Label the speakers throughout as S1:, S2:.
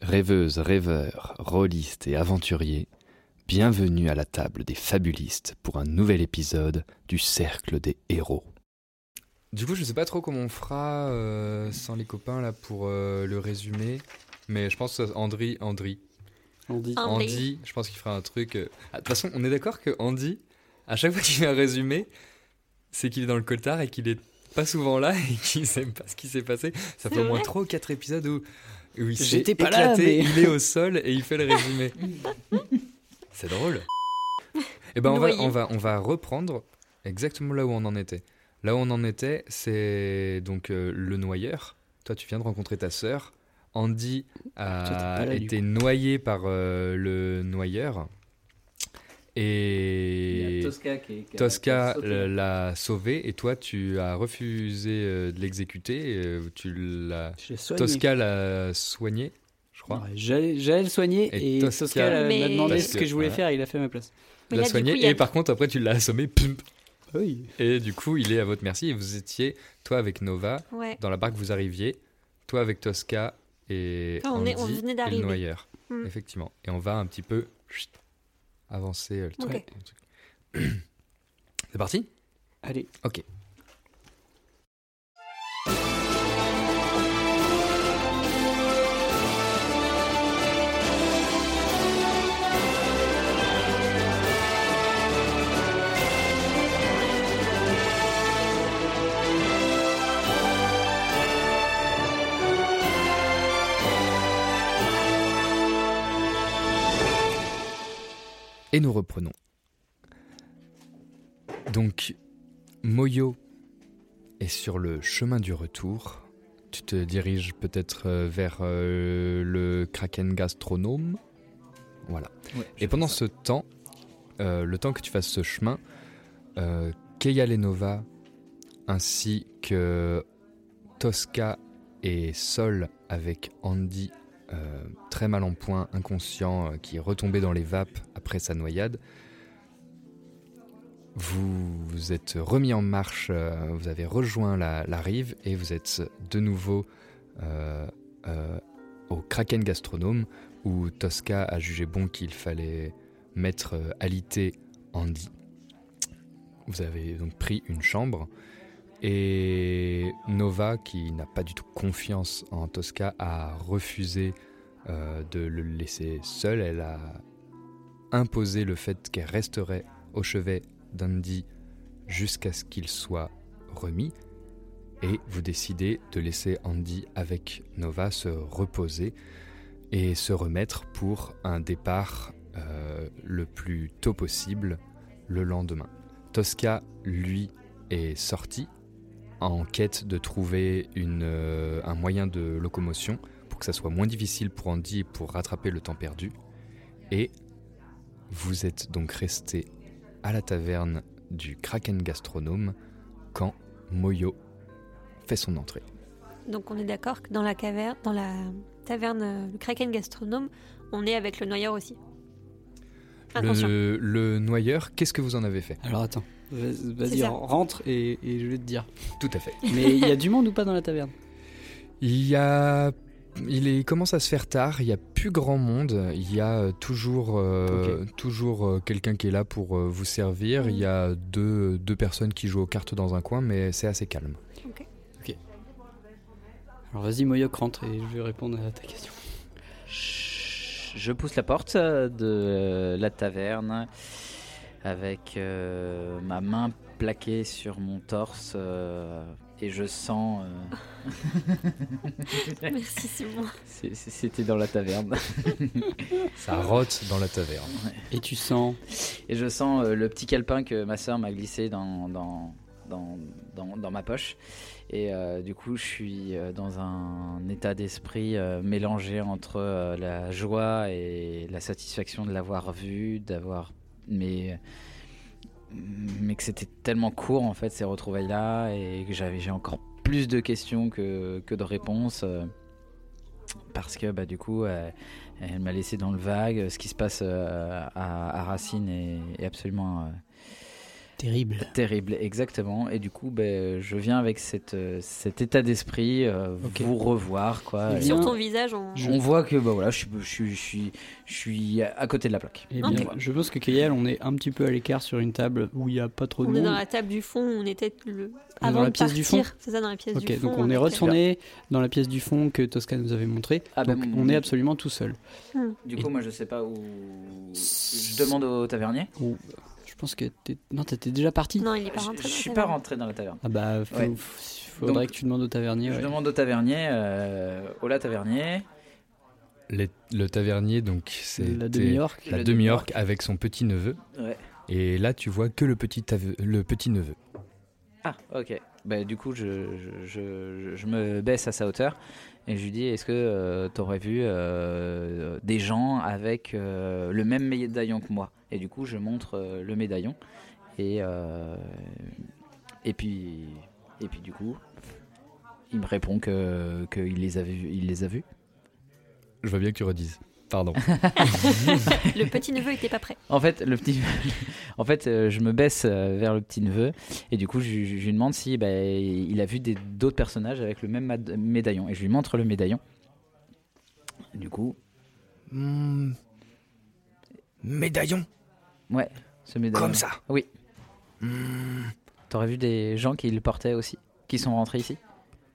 S1: Rêveuses, rêveurs, rôlistes et aventuriers, bienvenue à la table des fabulistes pour un nouvel épisode du Cercle des Héros.
S2: Du coup, je sais pas trop comment on fera euh, sans les copains là pour euh, le résumer, mais je pense que Andri, Andri,
S3: On dit.
S4: Andri.
S2: Andy, je pense qu'il fera un truc. euh, ah, De toute façon, on est d'accord que Andy, à chaque fois qu'il fait un résumé, c'est qu'il est dans le coltard et qu'il est pas souvent là et qu'il sait pas ce qui s'est passé. Ça fait au moins trois ou quatre épisodes où, où il s'est
S3: J'étais
S2: éclaté,
S3: pas là, mais-
S2: il est au sol et il fait le résumé. c'est drôle. Eh ben on va,
S5: Noyé.
S2: on va on va reprendre exactement là où on en était. Là où on en était, c'est donc euh, le noyeur. Toi, tu viens de rencontrer ta sœur. Andy
S3: Toi, t'es pas
S2: a
S3: là, du
S2: été noyé par euh, le noyeur.
S3: Il y
S2: Et
S3: a Tosca qui est- qui a-
S2: Tosca
S3: qui a sauté.
S2: l- l'a sauvé et toi, tu as refusé euh, de l'exécuter. euh, Tu l'as.
S3: Je l'ai soigné.
S2: Tosca l'a soigné, je crois.
S3: Ouais, J'allais j'allais le soigner
S2: Et
S3: et,
S2: Tosca-
S3: Tosca, euh,
S5: Mais-
S3: m'a demandé
S2: Parce
S3: ce
S2: que-
S3: que, je voulais
S2: voilà.
S3: faire et il a fait à ma place.
S5: Mais
S2: l'a
S5: là, du coup,
S2: soigné
S5: il y a-
S2: et par contre, après, tu l'as assommé. pum,
S3: Oui.
S2: Et du coup, il est à votre merci. Et vous étiez, toi avec Nova,
S5: Ouais.
S2: dans la barque, vous arriviez. Toi avec Tosca et
S5: Ah, on est- on
S2: Andy
S5: venait
S2: et le
S5: d'arriver.
S2: noyeur.
S5: Hmm.
S2: Effectivement. Et on va un petit peu chut, avancer euh, le truc.
S5: Ok.
S2: le truc. C'est parti
S3: Allez.
S2: Ok. Et nous reprenons. Donc, Moyo est sur le chemin du retour. Tu te diriges peut-être euh, vers euh, le Kraken Gastronome. Voilà. Et pendant ce temps, euh, le temps que tu fasses ce chemin, euh, Keia Lenova ainsi que Tosca et Sol avec Andy euh, très mal en point, inconscient, euh, qui est retombé dans les vapes après sa noyade. Vous vous êtes remis en marche, euh, vous avez rejoint la, la rive et vous êtes de nouveau euh, euh, au Kraken Gastronome où Tosca a jugé bon qu'il fallait mettre euh, alité Andy. Vous avez donc pris une chambre et Nova, qui n'a pas du tout confiance en Tosca, a refusé euh, de le laisser seul. Elle a imposé le fait qu'elle resterait au chevet d'Andy jusqu'à ce qu'il soit remis. Et vous décidez de laisser Andy avec Nova se reposer et se remettre pour un départ euh, le plus tôt possible le lendemain. Tosca, lui, est sorti en quête de trouver une, euh, un moyen de locomotion pour que ça soit moins difficile pour Andy et pour rattraper le temps perdu. Et vous êtes donc resté à la taverne du Kraken Gastronome quand Moyo fait son entrée.
S5: donc on est d'accord que dans la caverne, dans la taverne, euh, le Kraken gastronome, on est avec le noyeur aussi. Inconscient.
S2: Le, le noyeur, qu'est-ce que vous en avez fait
S3: Alors attends, vas-
S5: C'est
S3: vas-y,
S5: ça.
S3: rentre et, et je vais te dire.
S2: Tout à fait.
S3: Mais il y a du monde ou pas dans la taverne
S2: Il y a. Il, est- il commence à se faire tard, il n'y a plus grand monde, il y a euh, toujours, euh, toujours euh, quelqu'un qui est là pour euh, vous servir, il y a deux, deux personnes qui jouent aux cartes dans un coin, mais c'est assez calme.
S3: Alors vas-y, Moyoc, rentre et je vais répondre à ta question.
S6: Je pousse la porte euh, de euh, la taverne avec euh, ma main plaquée sur mon torse euh, et je sens. euh,
S5: Merci, c'est bon.
S6: c'est- c'est- C'était dans la taverne.
S2: Ça rote dans la taverne.
S3: Et tu sens
S6: Et je sens euh, le petit calepin que ma soeur m'a glissé dans, dans, dans, dans- dans ma poche. Et euh, du coup, je suis euh, dans un état d'esprit euh, mélangé entre euh, la joie et la satisfaction de l'avoir vu, d'avoir. Mais, mais que c'était tellement court en fait ces retrouvailles-là et que j'avais j'ai encore plus de questions que, que de réponses. euh, parce que bah, du coup, euh, elle m'a laissé dans le vague. Ce qui se passe euh, à, à Racine est, est absolument euh,
S3: terrible.
S6: terrible, exactement. Et du coup, ben, je viens avec cette, euh, cet état d'esprit, euh,
S3: Ok.
S6: vous revoir, quoi.
S3: Eh
S6: Et
S5: Sur
S3: bien,
S5: ton visage, on...
S6: On voit que bah, voilà, je, suis, je, suis- je suis, je suis à côté de la plaque.
S3: Eh bien,
S5: Ok.
S3: je pense que Kayel, on est un petit peu à l'écart sur une table où il n'y a pas trop de
S5: on est
S3: monde.
S5: dans la table du fond, on était le...
S3: On est
S5: avant
S3: dans la
S5: de
S3: pièce du fond
S5: partir. C'est ça, dans la pièce du
S3: Ok,
S5: fond.
S3: donc on est
S5: était-
S3: retourné dans la pièce du fond que Tosca nous avait montrée.
S6: Ah,
S2: bah,
S3: donc
S6: ben,
S3: on
S6: oui.
S3: est absolument tout seul.
S6: Du coup, moi, je sais pas où. Je demande au tavernier.
S3: Ou- Je pense que t'es... non, t'étais déjà parti.
S5: Non, il est pas
S6: Je,
S5: rentré.
S6: je
S5: dans la
S6: suis pas
S5: taverne.
S6: rentré dans la taverne.
S3: Ah bah, faut-
S6: Ouais.
S3: faut- faudrait que
S6: Donc,
S3: tu demandes au tavernier.
S6: Je
S3: ouais.
S6: demande au tavernier, euh, hola tavernier.
S2: Les- le tavernier, donc, c'est
S3: La demi-orque.
S2: la
S6: Le
S2: demi-orque avec son petit-neveu,
S6: Ouais.
S2: et là tu vois que le petit tave- le petit-neveu.
S6: Ah, ok. Bah, du coup, je, je, je, je me baisse à sa hauteur et je lui dis Est-ce que tu aurais vu euh, des gens avec euh, le même médaillon que moi Et du coup, je montre euh, le médaillon. Et, euh, et, puis, et puis, du coup, il me répond que qu'il les, avait vus- il les a vus.
S2: Je veux bien que tu redises. Pardon.
S5: Le petit neveu était pas prêt.
S6: En fait, le petit... en fait euh, je me baisse euh, vers le petit neveu et du coup, je, je- je lui demande si bah, il a vu des- d'autres personnages avec le même mad- médaillon. Et je lui montre le médaillon. Du coup,
S1: Hmm, Médaillon,
S6: ouais, ce médaillon.
S1: ça. Hmm.
S6: Oui. T'aurais vu des gens qui le portaient aussi, qui sont rentrés ici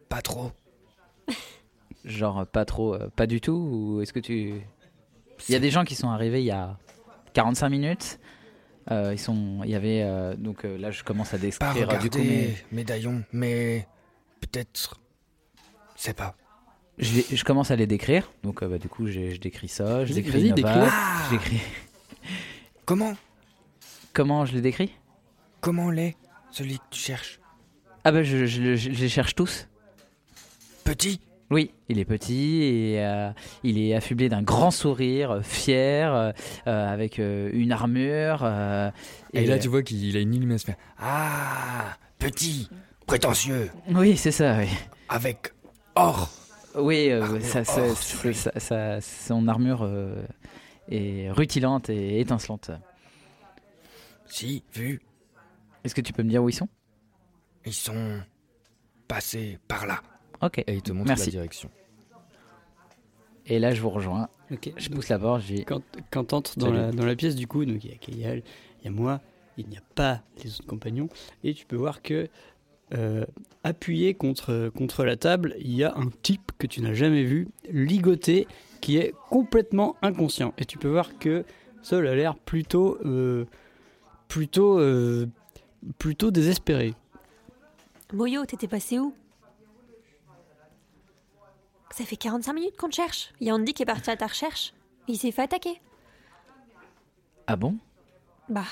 S1: pas trop.
S6: Genre, euh, pas trop, euh, pas du tout Ou est-ce que tu. Il y a des gens qui sont arrivés il y a 45 minutes. Euh, ils sont. Il y avait. euh, donc euh, là, je commence à
S1: Pas
S6: décrire euh, du coup.
S1: regarder
S6: mes-
S1: médaillon, mais peut-être. C'est pas.
S6: je, les- je commence à les décrire. Donc, euh, bah, du coup, j'ai- je décris ça. Je
S3: Vas-y,
S6: décris
S3: vas-y,
S6: Novak,
S3: décris-le.
S6: j'écris-
S1: Comment
S6: Comment je les décris
S1: Comment l'est celui que tu cherches
S6: Ah, bah, je, je- je- je les cherche tous.
S1: Petit
S6: Oui, il est petit et euh, il est affublé d'un grand sourire, euh, fier, euh, euh, avec euh, une armure. euh,
S2: Et, là tu vois qu'il a une illumination.
S1: Ah Petit Prétentieux
S6: Oui, c'est ça. Oui,
S1: Avec or
S6: oui euh,
S2: Ah,
S6: ça, ça-
S1: oh,
S6: ça-
S1: celui.
S6: ça- ça- son armure euh, est rutilante et étincelante.
S1: Si, vu,
S6: Est-ce que tu peux me dire où ils sont
S1: ils sont
S2: Mmh.
S1: passés par là.
S6: Ok.
S2: Et il te montre
S6: Merci.
S2: la direction.
S6: Et là, je vous rejoins.
S3: Ok,
S6: Je
S3: donc,
S6: pousse la porte. Je dis
S3: Quand, quand t'entres dans
S6: Salut.
S3: la, dans la pièce, du coup, donc il y a Kayal, il y a moi, il n'y a pas les autres compagnons, et tu peux voir que euh, appuyé contre, contre la table, il y a un type que tu n'as jamais vu, ligoté, qui est complètement inconscient. Et tu peux voir que Sol a l'air plutôt, euh, plutôt, euh, plutôt désespéré.
S5: Moyo, t'étais passé où Ça fait 45 minutes qu'on te cherche. Il y a Andy qui est parti à ta recherche. Il s'est fait attaquer.
S6: Ah bon
S5: Bah,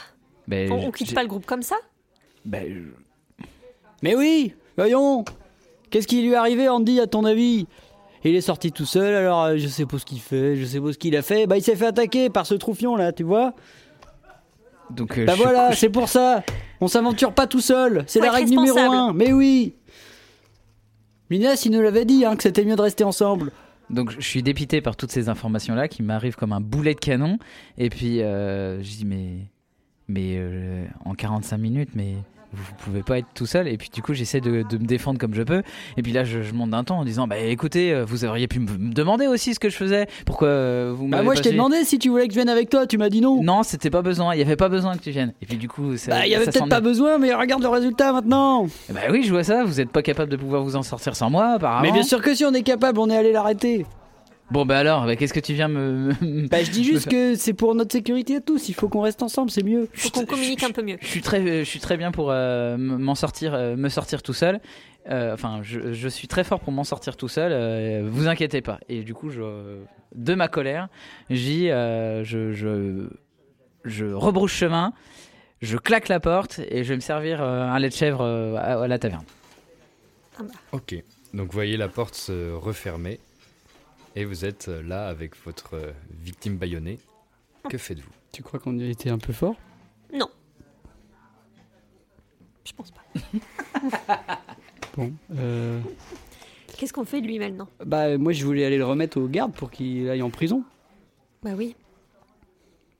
S6: Ben,
S5: on,
S6: je-
S5: on quitte
S6: j'ai-
S5: pas le groupe comme ça
S6: ben, je-
S3: Mais oui, voyons, qu'est-ce qui lui est arrivé, Andy, à ton avis Il est sorti tout seul, alors euh, je sais pas ce qu'il fait, je sais pas ce qu'il a fait. Bah, il s'est fait attaquer par ce troufion là, tu vois
S6: Donc, euh,
S3: Bah
S6: je suis-
S3: voilà, c'est pour ça. On s'aventure pas tout seul. C'est
S5: Faut
S3: la
S5: être
S3: règle numéro
S5: responsable.
S3: un. Mais oui. Minas, il nous l'avait dit hein, que c'était mieux de rester ensemble.
S6: Donc je suis dépité par toutes ces informations-là qui m'arrivent comme un boulet de canon. Et puis euh, je dis mais mais euh, en 45 minutes mais vous pouvez pas être tout seul. Et puis du coup j'essaie de, de me défendre comme je peux. Et puis là je, je monte d'un ton en disant bah écoutez euh, vous auriez pu me- me demander aussi ce que je faisais. Pourquoi euh, vous
S3: Bah
S6: m'avez
S3: moi
S6: pas
S3: je t'ai
S6: suivi
S3: demandé si tu voulais que je vienne avec toi, tu m'as dit non.
S6: Non c'était pas besoin. Il y avait pas besoin que tu viennes. Et puis du coup ça.
S3: Bah il y avait
S6: ça
S3: peut-être
S6: semblait-
S3: pas besoin, mais regarde le résultat maintenant.
S6: Bah oui je vois ça. Vous êtes pas capable de pouvoir vous en sortir sans moi apparemment.
S3: Mais bien sûr que si on est capable, on est allé l'arrêter.
S6: Bon bah alors bah, qu'est-ce que tu viens me. me-
S3: Bah je dis juste que c'est pour notre sécurité à tous, il faut qu'on reste ensemble, c'est mieux.
S5: Faut qu'on communique un peu mieux.
S6: Je suis très, je suis très bien pour euh, m- m'en sortir, euh, me sortir tout seul. Euh, enfin, je, je suis très fort pour m'en sortir tout seul. euh, vous inquiétez pas. Et du coup, je, de ma colère, j'y, euh, je, je, je rebrousse chemin, je claque la porte et je vais me servir euh, un lait de chèvre euh, à, à la taverne.
S2: Ok. Donc vous voyez la porte se refermer et vous êtes euh, là avec votre euh, victime bâillonnée. Que faites-vous
S3: Tu crois qu'on a été un peu fort
S5: Non. Je pense pas.
S3: Bon. euh,
S5: Qu'est-ce qu'on fait de lui maintenant
S3: Bah moi je voulais aller le remettre au garde pour qu'il aille en prison.
S5: Bah oui.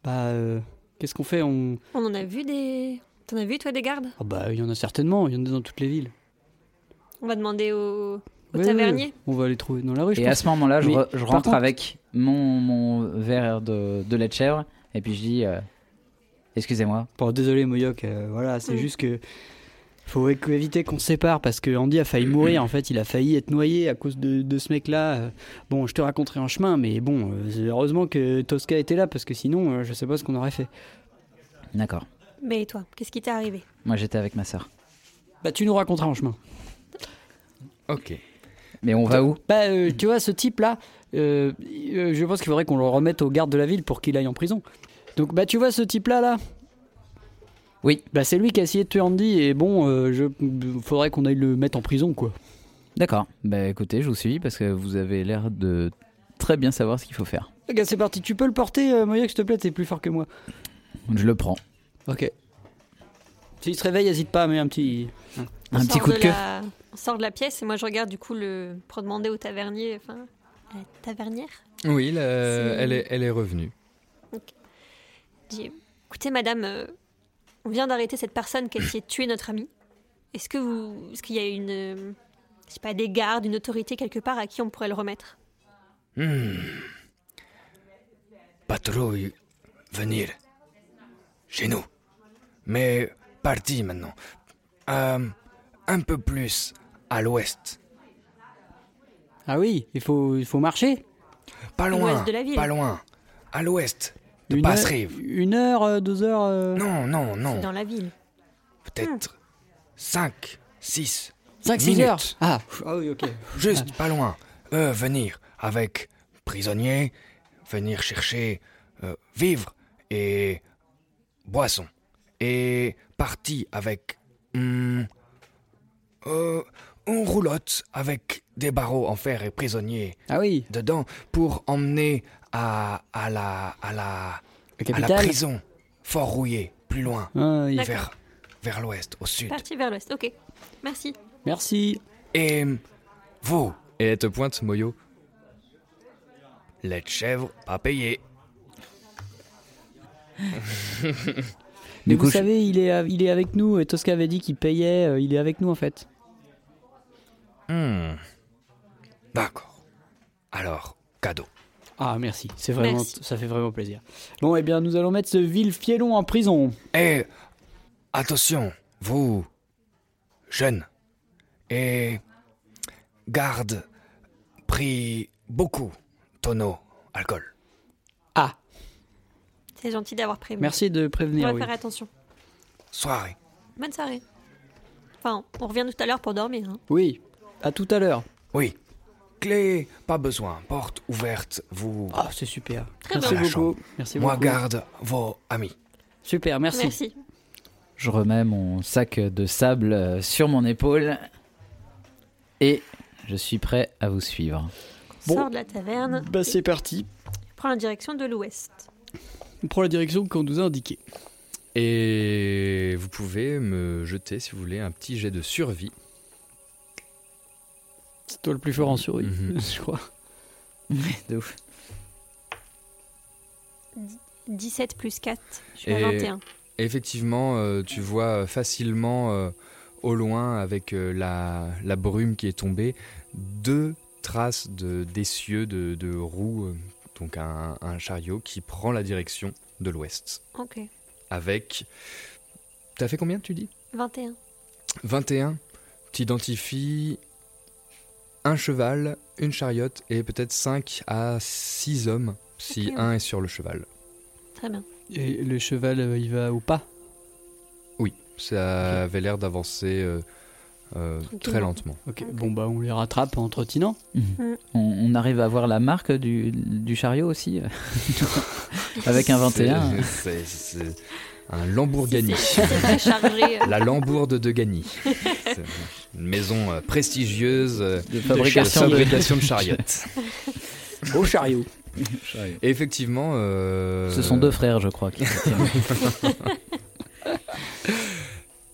S3: Bah euh, qu'est-ce qu'on fait On...
S5: On en a vu des. T'en as vu toi des gardes
S3: Ah bah il y en a certainement, il y en a dans toutes les villes.
S5: On va demander au, au
S3: Ouais,
S5: tavernier.
S3: ouais, on va les trouver dans la rue. je
S6: Et
S3: pense.
S6: à ce moment-là, je,
S3: Mais
S6: re- je
S3: par
S6: rentre
S3: contre-
S6: avec mon, mon verre de, de lait de chèvre et puis je dis, euh, excusez-moi.
S3: Bon, désolé Moyoc, euh, voilà, c'est juste que faut éc- éviter qu'on se sépare parce que Andy a failli mourir. En fait, il a failli être noyé à cause de, de ce mec-là. Euh, Bon, je te raconterai en chemin, mais bon, euh, heureusement que Tosca était là parce que sinon, euh, je sais pas ce qu'on aurait fait.
S6: D'accord.
S5: Mais et toi, qu'est-ce qui t'est arrivé
S6: Moi, j'étais avec ma sœur.
S3: Bah, tu nous raconteras en chemin.
S2: Ok.
S6: Mais on va où
S3: Bah, euh, tu vois, ce type-là, euh, euh, je pense qu'il faudrait qu'on le remette au garde de la ville pour qu'il aille en prison. Donc, bah, tu vois, ce type-là, là
S6: Oui.
S3: Bah, c'est lui qui a essayé de tuer Andy, et bon, euh, je... faudrait qu'on aille le mettre en prison, quoi.
S6: D'accord. Bah écoutez, je vous suis parce que vous avez l'air de très bien savoir ce qu'il faut faire.
S3: Regarde, c'est parti, tu peux le porter, euh, Moyoc, s'il te plaît, t'es plus fort que moi.
S6: Je le prends.
S3: Ok. S'il se réveille, hésite pas, mais un petit.
S5: On
S6: Un petit
S5: sort
S6: coup de queue.
S5: la- On sort de la pièce et moi je regarde du coup le pour demander au tavernier, enfin à la tavernière.
S2: Oui, la-
S5: C'est-
S2: elle, est, elle est revenue.
S5: Je dis, écoutez madame, euh, on vient d'arrêter cette personne qui a essayé de tuer notre ami. Est-ce que vous, est-ce qu'il y a une, euh, je sais pas, des gardes, une autorité quelque part à qui on pourrait le remettre
S1: hmm,
S7: Patrouille, venir. Chez nous. Mais parti maintenant. Euh, un peu plus à l'ouest.
S3: Ah oui, il faut, il faut marcher.
S7: Pas loin.
S5: L'ouest de la ville.
S7: Pas loin. À l'ouest. De
S3: heure,
S7: Basse-Rive.
S3: une heure, euh, deux heures. euh,
S7: Non, non, non.
S5: dans la ville
S7: Peut-être 5, 6.
S3: Cinq, six heures. Ah, pff, ah oui, ok.
S7: Juste pas loin. Euh, venir avec prisonniers, venir chercher euh, vivres et boissons. Et parti avec hum, euh, une roulotte avec des barreaux en fer et prisonniers
S3: Ah oui,
S7: dedans pour emmener à, à la, à, la,
S3: la
S7: à la
S3: capitale.
S7: prison Fort Rouillé, plus loin,
S3: Ah oui.
S5: D'accord.
S7: vers, vers l'ouest, au sud.
S5: Parti vers l'ouest. Ok, merci.
S3: Ah. Merci.
S7: Et euh, vous,
S2: Et elle te pointe, Moyo.
S7: les chèvres, pas payé.
S3: Mais
S6: Du
S3: vous
S6: coup, je-
S3: savez, il, est, à- il est avec nous. Et Tosca avait dit qu'il payait. euh, il est avec nous en fait.
S7: Hmm. D'accord. Alors, cadeau.
S3: Ah merci, c'est vraiment,
S5: Merci.
S3: ça fait vraiment plaisir. Bon, eh bien, nous allons mettre ce vil fielon en prison.
S7: Et attention, vous, jeunes, et garde, pris beaucoup, tonneau, alcool.
S3: Ah,
S5: C'est gentil d'avoir prévenu.
S3: merci de
S5: On
S3: prévenir.
S5: va
S3: oui.
S5: faire attention.
S7: Soirée.
S5: Bonne soirée. Enfin, on revient tout à l'heure pour dormir. hein.
S3: Oui, à tout à l'heure.
S7: Oui. Clé, pas besoin. Porte ouverte, vous.
S3: Ah, c'est super. merci
S7: bien. La
S3: beaucoup.
S7: chambre.
S3: Merci
S7: Moi,
S3: beaucoup.
S7: garde vos amis.
S3: Super, merci.
S5: Merci.
S6: Je remets mon sac de sable euh, sur mon épaule et je suis prêt à vous suivre.
S3: Bon.
S5: Sors de la taverne.
S3: Bah, c'est parti.
S5: Prends la direction de l'ouest.
S3: On prend la direction qu'on nous a indiquée.
S2: Et vous pouvez me jeter, si vous voulez, un petit jet de survie.
S3: C'est toi le plus fort en survie,
S2: Mhm.
S3: je crois.
S6: de ouf.
S5: 17 plus 4, je suis à 21.
S2: Effectivement, euh, tu vois facilement euh, au loin, avec euh, la, la brume qui est tombée, deux traces de- d'essieux de, de roues, euh, donc un, un chariot qui prend la direction de l'ouest.
S5: Ok.
S2: Avec. T'as fait combien, tu dis
S5: 21.
S2: 21. T'identifies un cheval, une chariote et peut-être 5 à 6 hommes si
S5: Ok.
S2: un est sur le cheval.
S5: Très bien.
S3: Et le cheval, euh, il va ou pas
S2: Oui, ça avait l'air d'avancer euh, euh, très lentement.
S3: Ok, bon bah on les rattrape en trottinant.
S5: Mm.
S6: Mhm. On, on arrive à voir la marque du, du chariot aussi euh, avec un 21.
S2: C'est- C'est c'est un Lamborghini.
S6: très chargé. euh.
S2: La Lambourde de Gagny. C'est Une maison euh, prestigieuse euh, de
S6: fabrication de-
S2: fabrication de chariotes.
S3: Au chariot.
S2: Et effectivement. euh,
S6: Ce sont deux frères, je crois. qui-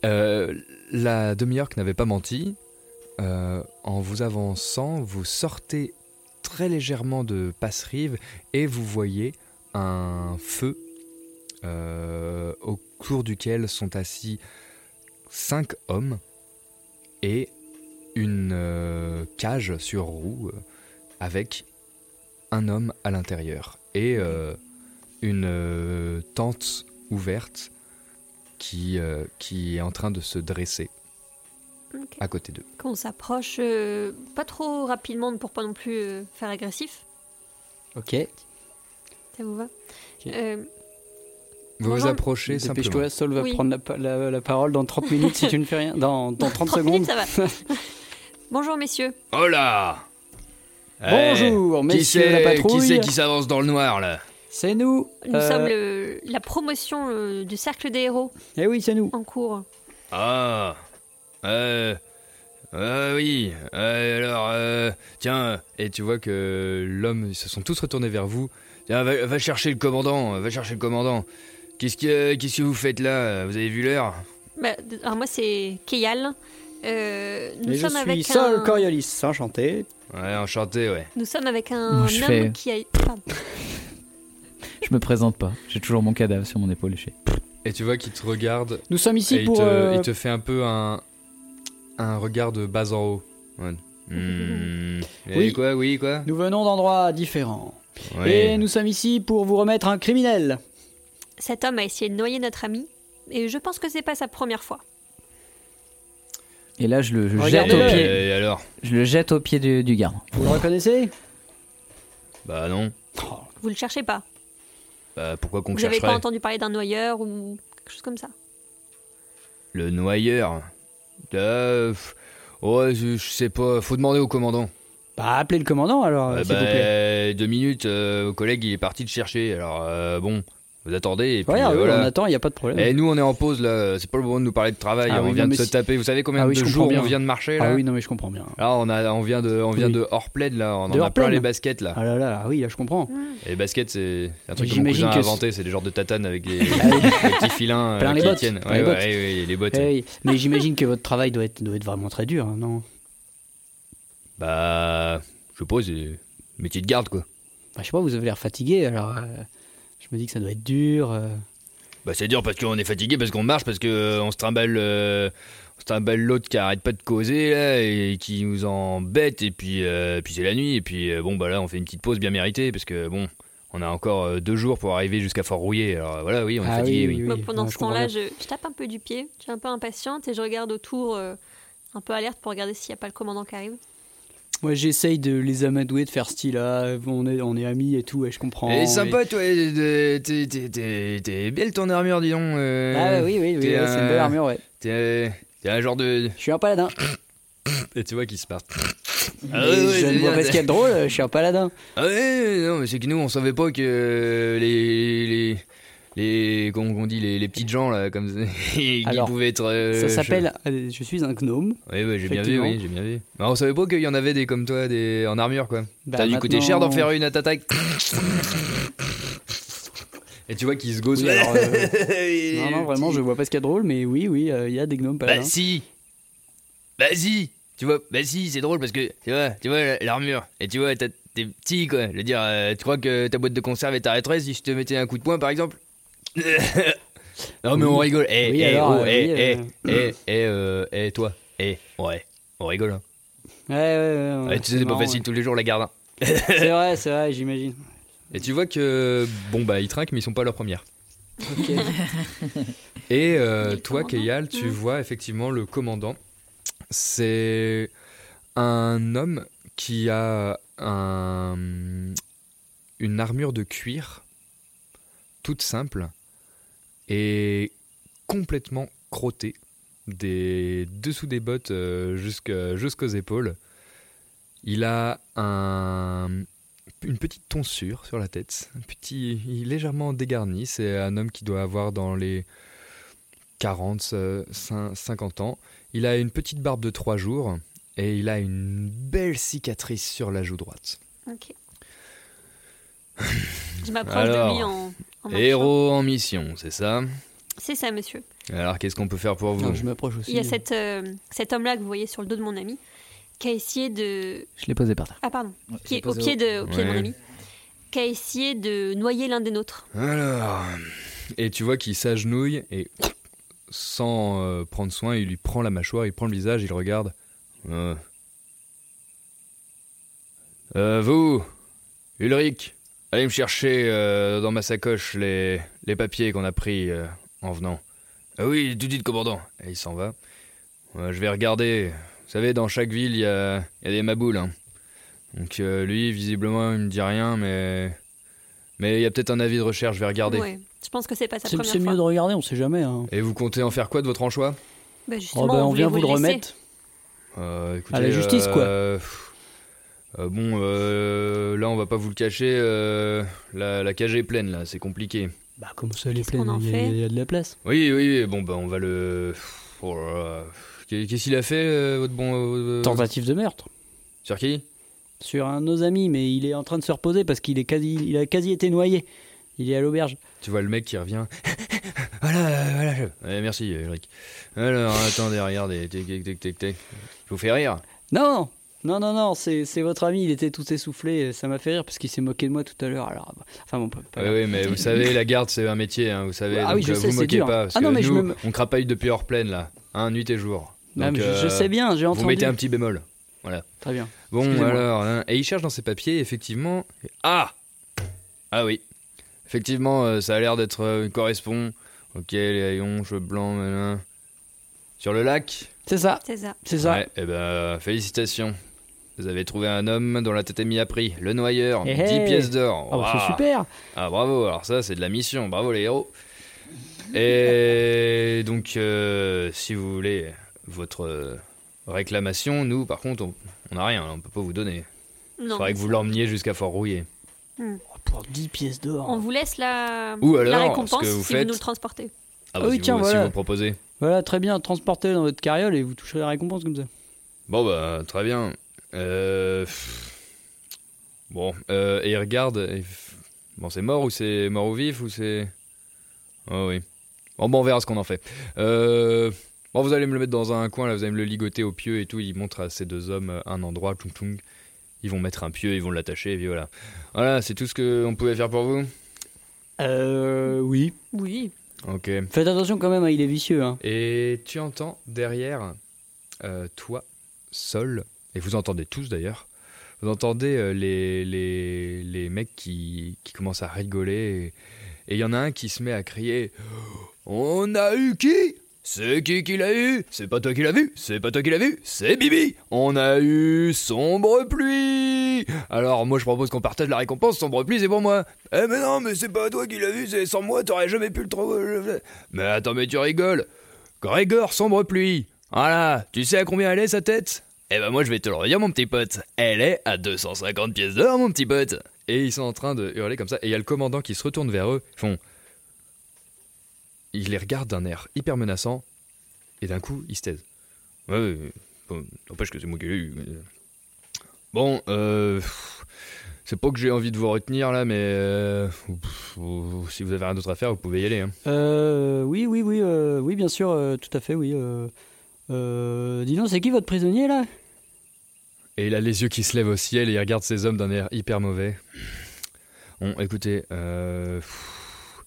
S2: Euh, la demi-orque n'avait pas menti. Euh, en vous avançant, vous sortez très légèrement de Passerive et vous voyez un feu euh, au cours duquel sont assis cinq hommes et une euh, cage sur roue euh, avec un homme à l'intérieur et euh, une euh, tente ouverte qui, euh, qui est en train de se dresser
S5: Ok.
S2: à côté d'eux.
S5: Qu'on s'approche euh, pas trop rapidement pour pas non plus euh, faire agressif.
S3: Ok.
S5: Ça vous va Euh,
S2: Vous vous
S5: Bonjour.
S2: approchez simplement.
S3: Dépêche-toi, Saul va
S5: Oui.
S3: prendre la, pa- la- la parole dans 30 minutes si tu ne fais rien. Dans, dans 30,
S5: 30
S3: secondes.
S5: minutes, ça va. Bonjour messieurs.
S7: Oh là
S3: Bonjour,
S7: Eh, qui
S3: messieurs
S7: c'est-
S3: la patrouille.
S7: Qui c'est qui s'avance dans le noir, là
S3: C'est nous.
S5: Nous
S3: Euh,
S5: sommes le- la promotion euh, du Cercle des Héros
S3: Eh oui, c'est nous.
S5: en cours.
S7: Ah Euh... euh, oui, Euh, alors, euh, tiens,
S2: Et tu vois que l'homme, ils se sont tous retournés vers vous.
S7: tiens, va, va chercher le commandant, va chercher le commandant. Qu'est-ce que, qu'est-ce que vous faites là Vous avez vu l'heure
S5: Bah, d- alors moi c'est Keyal. Euh, nous
S3: Et je
S5: sommes
S3: suis
S5: avec
S3: Saul
S5: un...
S3: Coriolis, enchanté.
S7: Ouais, enchanté, ouais.
S5: Nous sommes avec un
S6: Moi,
S5: homme
S6: je fais-
S5: qui a... Pardon.
S6: je me présente pas. J'ai toujours mon cadavre sur mon épaule. léché.
S2: Et tu vois qu'il te regarde.
S3: Nous sommes ici
S2: et
S3: pour.
S2: il, te,
S3: euh,
S2: il te fait un peu un, un regard de bas en haut. Ouais.
S7: Hmm, et
S3: Oui.
S7: quoi, oui, quoi
S3: Nous venons d'endroits différents.
S7: Ouais.
S3: Et nous sommes ici pour vous remettre un criminel.
S5: Cet homme a essayé de noyer notre ami et je pense que c'est pas sa première fois.
S6: Et là, je le je jette
S3: Regardez-le.
S6: au
S7: Et,
S6: pied.
S7: et alors
S6: Je le jette au pied du, du gars.
S3: Vous le reconnaissez
S7: Bah non.
S5: Vous le cherchez pas.
S7: Bah, pourquoi qu'on
S5: Vous avez pas
S7: chercherait
S5: entendu parler d'un noyeur ou quelque chose comme ça.
S7: Le noyeur Euh, pff, Ouais, je, je sais pas, faut demander au commandant.
S3: Bah, appelez le commandant alors,
S7: Euh,
S3: s'il vous
S7: bah,
S3: plaît.
S7: deux minutes, euh, mon collègue il est parti te chercher, alors euh, bon, vous attendez et puis
S3: Ouais,
S7: euh,
S3: ouais,
S7: voilà.
S3: on attend, il n'y a pas de problème.
S7: Et nous on est en pause là, c'est pas le moment de nous parler de travail,
S3: Ah
S7: on
S3: oui, non,
S7: vient de
S3: mais
S7: se
S3: si-
S7: taper, vous savez combien
S3: Ah oui,
S7: de
S3: je comprends
S7: jours
S3: bien.
S7: on vient de marcher là
S3: Ah oui, non, mais je comprends bien.
S7: Là on, a, on vient de, on vient
S3: Oui.
S7: de hors plaid là, on
S3: De
S7: en a
S3: hors
S7: plein
S3: plaid.
S7: les baskets là.
S3: Ah là là, ah oui, là je comprends.
S7: Et les baskets c'est c'est un truc que mon
S3: J'imagine
S7: cousin a
S3: que c'est- Ah
S7: inventé, c'est des genres de tatanes avec des, des petits filins euh,
S3: Plein les
S7: qui
S3: bottes,
S7: tiennent.
S3: plein
S7: Ouais,
S3: les
S7: ouais,
S3: bottes.
S7: ouais, les bottes.
S3: Eh oui, mais j'imagine que votre travail doit être, doit être vraiment très dur, hein, non
S7: Bah, je suppose, c'est métier de garde quoi.
S3: Bah, Je sais pas, vous avez l'air fatigué, alors euh, je me dis que ça doit être dur. euh.
S7: Bah c'est dur parce qu'on est fatigué, parce qu'on marche, parce que euh, on se trimballe, euh, on se trimballe l'autre qui arrête pas de causer là et qui nous embête et puis, euh, puis c'est la nuit et puis euh, bon bah là on fait une petite pause bien méritée parce que bon on a encore euh, deux jours pour arriver jusqu'à Fort Rouillé alors euh, voilà oui on est
S3: Ah
S7: fatigué oui,
S3: oui, oui,
S5: Moi,
S3: oui.
S5: Bah, pendant
S3: Ah,
S5: ce
S3: je comprends
S5: temps-là,
S3: bien.
S5: je, je tape un peu du pied, je suis un peu impatiente et je regarde autour, euh, un peu alerte pour regarder s'il n'y a pas le commandant qui arrive.
S3: Moi j'essaye de les amadouer, de faire style, ah, on est, on est amis et tout, et je comprends.
S7: Eh,
S3: et-
S7: sympa toi, euh, t'es- t'es- t'es t'es belle ton armure dis donc. euh,
S3: Ah oui, oui, oui,
S7: t'es
S3: ouais, c'est une belle
S7: un-
S3: armure, ouais.
S7: T'es t'es un genre de...
S3: Je suis un paladin.
S7: Et tu vois qu'ils se Ah, partent.
S3: Mais je ne vois pas ce qu'il y a de drôle, je suis un paladin.
S7: Ah ouais, non, mais c'est que nous, on savait pas que euh, les. les... Les, comment on dit, les, les petites gens là, comme ça, qui
S3: Alors,
S7: pouvaient être. euh,
S3: ça
S7: je-
S3: s'appelle euh, Je suis un gnome.
S7: Oui, oui, j'ai bien vu, oui,
S3: Effectivement.
S7: j'ai bien vu. Mais on savait pas qu'il y en avait des comme toi, des en armure quoi.
S3: Bah,
S7: T'as dû coûter
S3: maintenant-
S7: cher d'en faire une à ta taille. Et tu vois qu'ils se gosent.
S3: Oui, alors, euh,
S2: Bah,
S3: hein. non, non, vraiment, je vois pas ce qu'il y a de drôle, mais oui, oui, euh, il y a des gnomes paladins.
S7: Vas-y Vas-y
S2: tu vois, bah si, c'est drôle parce que, tu vois, tu vois l'armure, et tu vois, t'as- t'es petit, quoi. Je veux dire, euh, tu crois que ta boîte de conserve et t'arrêterais si je te mettais un coup de poing, par exemple Non, mais on rigole. Eh,
S3: Oui,
S2: eh,
S3: alors,
S2: oh,
S3: euh,
S2: eh,
S3: oui,
S2: eh,
S3: euh,
S2: eh, eh, euh, eh, toi, eh, ouais, on rigole, hein.
S3: Ouais, ouais, ouais. ouais,
S6: Ah,
S2: Ouais, Ah, tu sais, c'est pas
S3: marrant,
S2: facile
S3: euh, ouais.
S2: tous les jours, la garde, hein.
S3: C'est vrai, c'est vrai, j'imagine.
S6: Et tu vois que, bon, bah, ils trinquent, mais ils sont pas leurs premières.
S3: Ok.
S6: Et euh, toi, Keyal, tu vois effectivement le commandant. C'est un homme qui a un- une armure de cuir, toute simple, et complètement crottée, des dessous des bottes euh, jusqu'à- jusqu'aux épaules. Il a un, une petite tonsure sur la tête, un petit, il est légèrement dégarni. C'est un homme qui doit avoir dans les 40, euh, cin- 50 ans. Il a une petite barbe de 3 jours et il a une belle cicatrice sur la joue droite.
S5: Ok. Je m'approche
S2: Alors,
S5: de lui en, en marchant.
S2: Héros en mission, c'est ça
S5: C'est ça, monsieur.
S2: Alors, qu'est-ce qu'on peut faire pour vous
S3: je m'approche
S5: Il y a cette, euh, cet homme-là que vous voyez sur le dos de mon ami qui a essayé de.
S8: Je l'ai posé par terre.
S5: Ah, pardon.
S8: Ouais,
S5: qui
S8: je l'ai
S5: est au
S8: posé
S5: pied,
S8: au-
S5: de, au pied de mon
S6: Ouais.
S5: ami. Qui a essayé de noyer l'un des nôtres.
S6: Alors. Et tu vois qu'il s'agenouille et sans euh, prendre soin, il lui prend la mâchoire, il prend le visage, il regarde. Euh.
S2: Euh, vous, Ulrich, allez me chercher euh, dans ma sacoche les, les papiers qu'on a pris euh, en venant. Ah oui, tout dit commandant. Et il s'en va. Ouais, je vais regarder. Vous savez, dans chaque ville, il y a, il y a des maboules. hein. Donc euh, lui, visiblement, il me dit rien, mais mais il y a peut-être un avis de recherche. Je vais regarder.
S5: Ouais. Je pense que c'est pas sa
S3: C'est
S5: première
S3: c'est
S5: fois.
S3: mieux de regarder, on sait jamais. hein.
S2: Et vous comptez en faire quoi de votre anchois
S5: Bah, justement,
S3: Oh, bah, on
S5: voulait
S3: vient vous le
S5: laisser.
S3: remettre.
S2: Euh, écoutez,
S3: À la justice, quoi.
S2: euh, pff, euh, bon, euh, là, on va pas vous le cacher. euh, la, la cage est pleine, là. C'est compliqué.
S3: Bah, comme ça, les
S5: qu'on
S3: plaines,
S5: en
S3: il y a-
S5: fait
S3: il y, a de la place.
S2: Oui, oui, oui, bon, bah, on va le. Oh là là. Qu'est-ce qu'il a fait, euh, votre bon. euh,
S3: Tentative de meurtre
S2: Sur qui
S3: sur un de nos amis, mais il est en train de se reposer parce qu'il est quasi, il a quasi été noyé. Il est à l'auberge.
S6: Tu vois le mec qui revient.
S2: Voilà, euh, voilà. je- Ouais, merci, Eric. Alors, attendez, regardez. Tic, tic, tic, tic, tic. Je vous fais rire.
S3: Non, non, non, non, c'est c'est votre ami. Il était tout essoufflé. Ça m'a fait rire parce qu'il s'est moqué de moi tout à l'heure. Alors, bah, enfin bon, pas- pas
S2: Oui,
S3: grave.
S2: oui, mais vous savez, la garde, c'est un métier, hein, vous savez.
S3: Ah
S2: donc,
S3: oui, je
S2: euh,
S3: sais,
S2: vous
S3: c'est
S2: moquez
S3: dur.
S2: pas. Parce
S3: Ah non,
S2: que
S3: mais je
S2: nous,
S3: me-
S2: on crapaille depuis hors pleine, là. Hein, nuit et jour.
S3: Non,
S2: Donc, euh,
S3: mais je- je sais bien, j'ai entendu.
S2: Vous mettez un petit bémol. Voilà.
S3: Très bien.
S2: Bon,
S3: Excusez-moi.
S2: alors, hein, et il cherche dans ses papiers, effectivement. et- Ah Ah oui. Effectivement, euh, ça a l'air d'être. euh, il correspond. Ok, les haillons, cheveux blancs, malin. Sur le lac
S3: C'est ça.
S5: C'est ça.
S3: C'est ça.
S2: Ouais, eh ben, félicitations. Vous avez trouvé un homme dont la tête est mise à prix, le noyeur,
S3: Eh,
S2: 10
S3: eh.
S2: pièces d'or.
S3: Ah, bah, c'est
S2: Ouah.
S3: super.
S2: Ah bravo, alors ça c'est de la mission, bravo les héros. Et donc euh, si vous voulez votre euh, réclamation, nous par contre on- on n'a rien, là, on peut pas vous donner. Il
S5: Non,
S2: faudrait
S5: mais
S2: que
S5: ça-
S2: vous l'emmeniez jusqu'à Fort Rouillé.
S5: Hmm.
S3: Pour 10 pièces d'or.
S5: On vous laisse la,
S2: Ou
S5: la
S2: alors, ce
S5: récompense
S2: que vous
S5: si
S2: faites-
S5: vous nous le transportez.
S2: Ah,
S3: Ah
S2: bah,
S3: oui,
S2: si
S3: tiens,
S2: vous, si
S3: voilà.
S2: vous proposez.
S3: Voilà, très bien. Transportez dans votre carriole et vous toucherez la récompense comme ça.
S2: Bon bah très bien. Euh, pff. Bon, euh, et il regarde. et f- Bon c'est mort ou c'est mort ou vif ou c'est... Ah oui. Bon bon on verra ce qu'on en fait. Euh, Bon vous allez me le mettre dans un coin là, vous allez me le ligoter au pieu et tout. Il montre à ces deux hommes euh, un endroit, tchoung tchoung. Ils vont mettre un pieu, ils vont l'attacher et puis voilà. Voilà, c'est tout ce qu'on pouvait faire pour vous
S3: Euh, oui.
S5: Oui.
S2: Ok.
S3: Faites attention quand même, hein, il est vicieux. Hein.
S6: Et tu entends derrière euh, toi, seul, et vous entendez tous d'ailleurs, vous entendez euh, les, les, les mecs qui, qui commencent à rigoler, et et il y en a un qui se met à crier
S2: On a eu qui C'est qui qui l'a eu C'est pas toi qui l'as vu C'est pas toi qui l'as vu C'est Bibi On a eu Sombre Pluie Alors moi je propose qu'on partage la récompense, Sombre Pluie c'est pour moi Eh mais non, mais c'est pas toi qui l'as vu, c'est sans moi t'aurais jamais pu le trouver Mais attends, mais tu rigoles Grégor Sombre Pluie Voilà, tu sais à combien elle est sa tête Eh ben moi je vais te le redire mon petit pote, elle est à 250 pièces d'or mon petit pote
S6: Et ils sont en train de hurler comme ça, et il y a le commandant qui se retourne vers eux, ils font... Il les regarde d'un air hyper menaçant, et d'un coup, ils se taisent.
S2: Ouais, euh, bon, n'empêche que c'est moi qui l'ai eu. mais- euh. Bon, euh, pff, c'est pas que j'ai envie de vous retenir là, mais euh, pff, vous- si vous avez rien d'autre à faire, vous pouvez y aller. hein.
S3: Euh, oui, oui, oui, euh, oui, bien sûr, euh, tout à fait, oui. Euh, euh, dis donc, c'est qui votre prisonnier là
S2: Et il a les yeux qui se lèvent au ciel et il regarde ces hommes d'un air hyper mauvais. Bon, écoutez, euh, pff,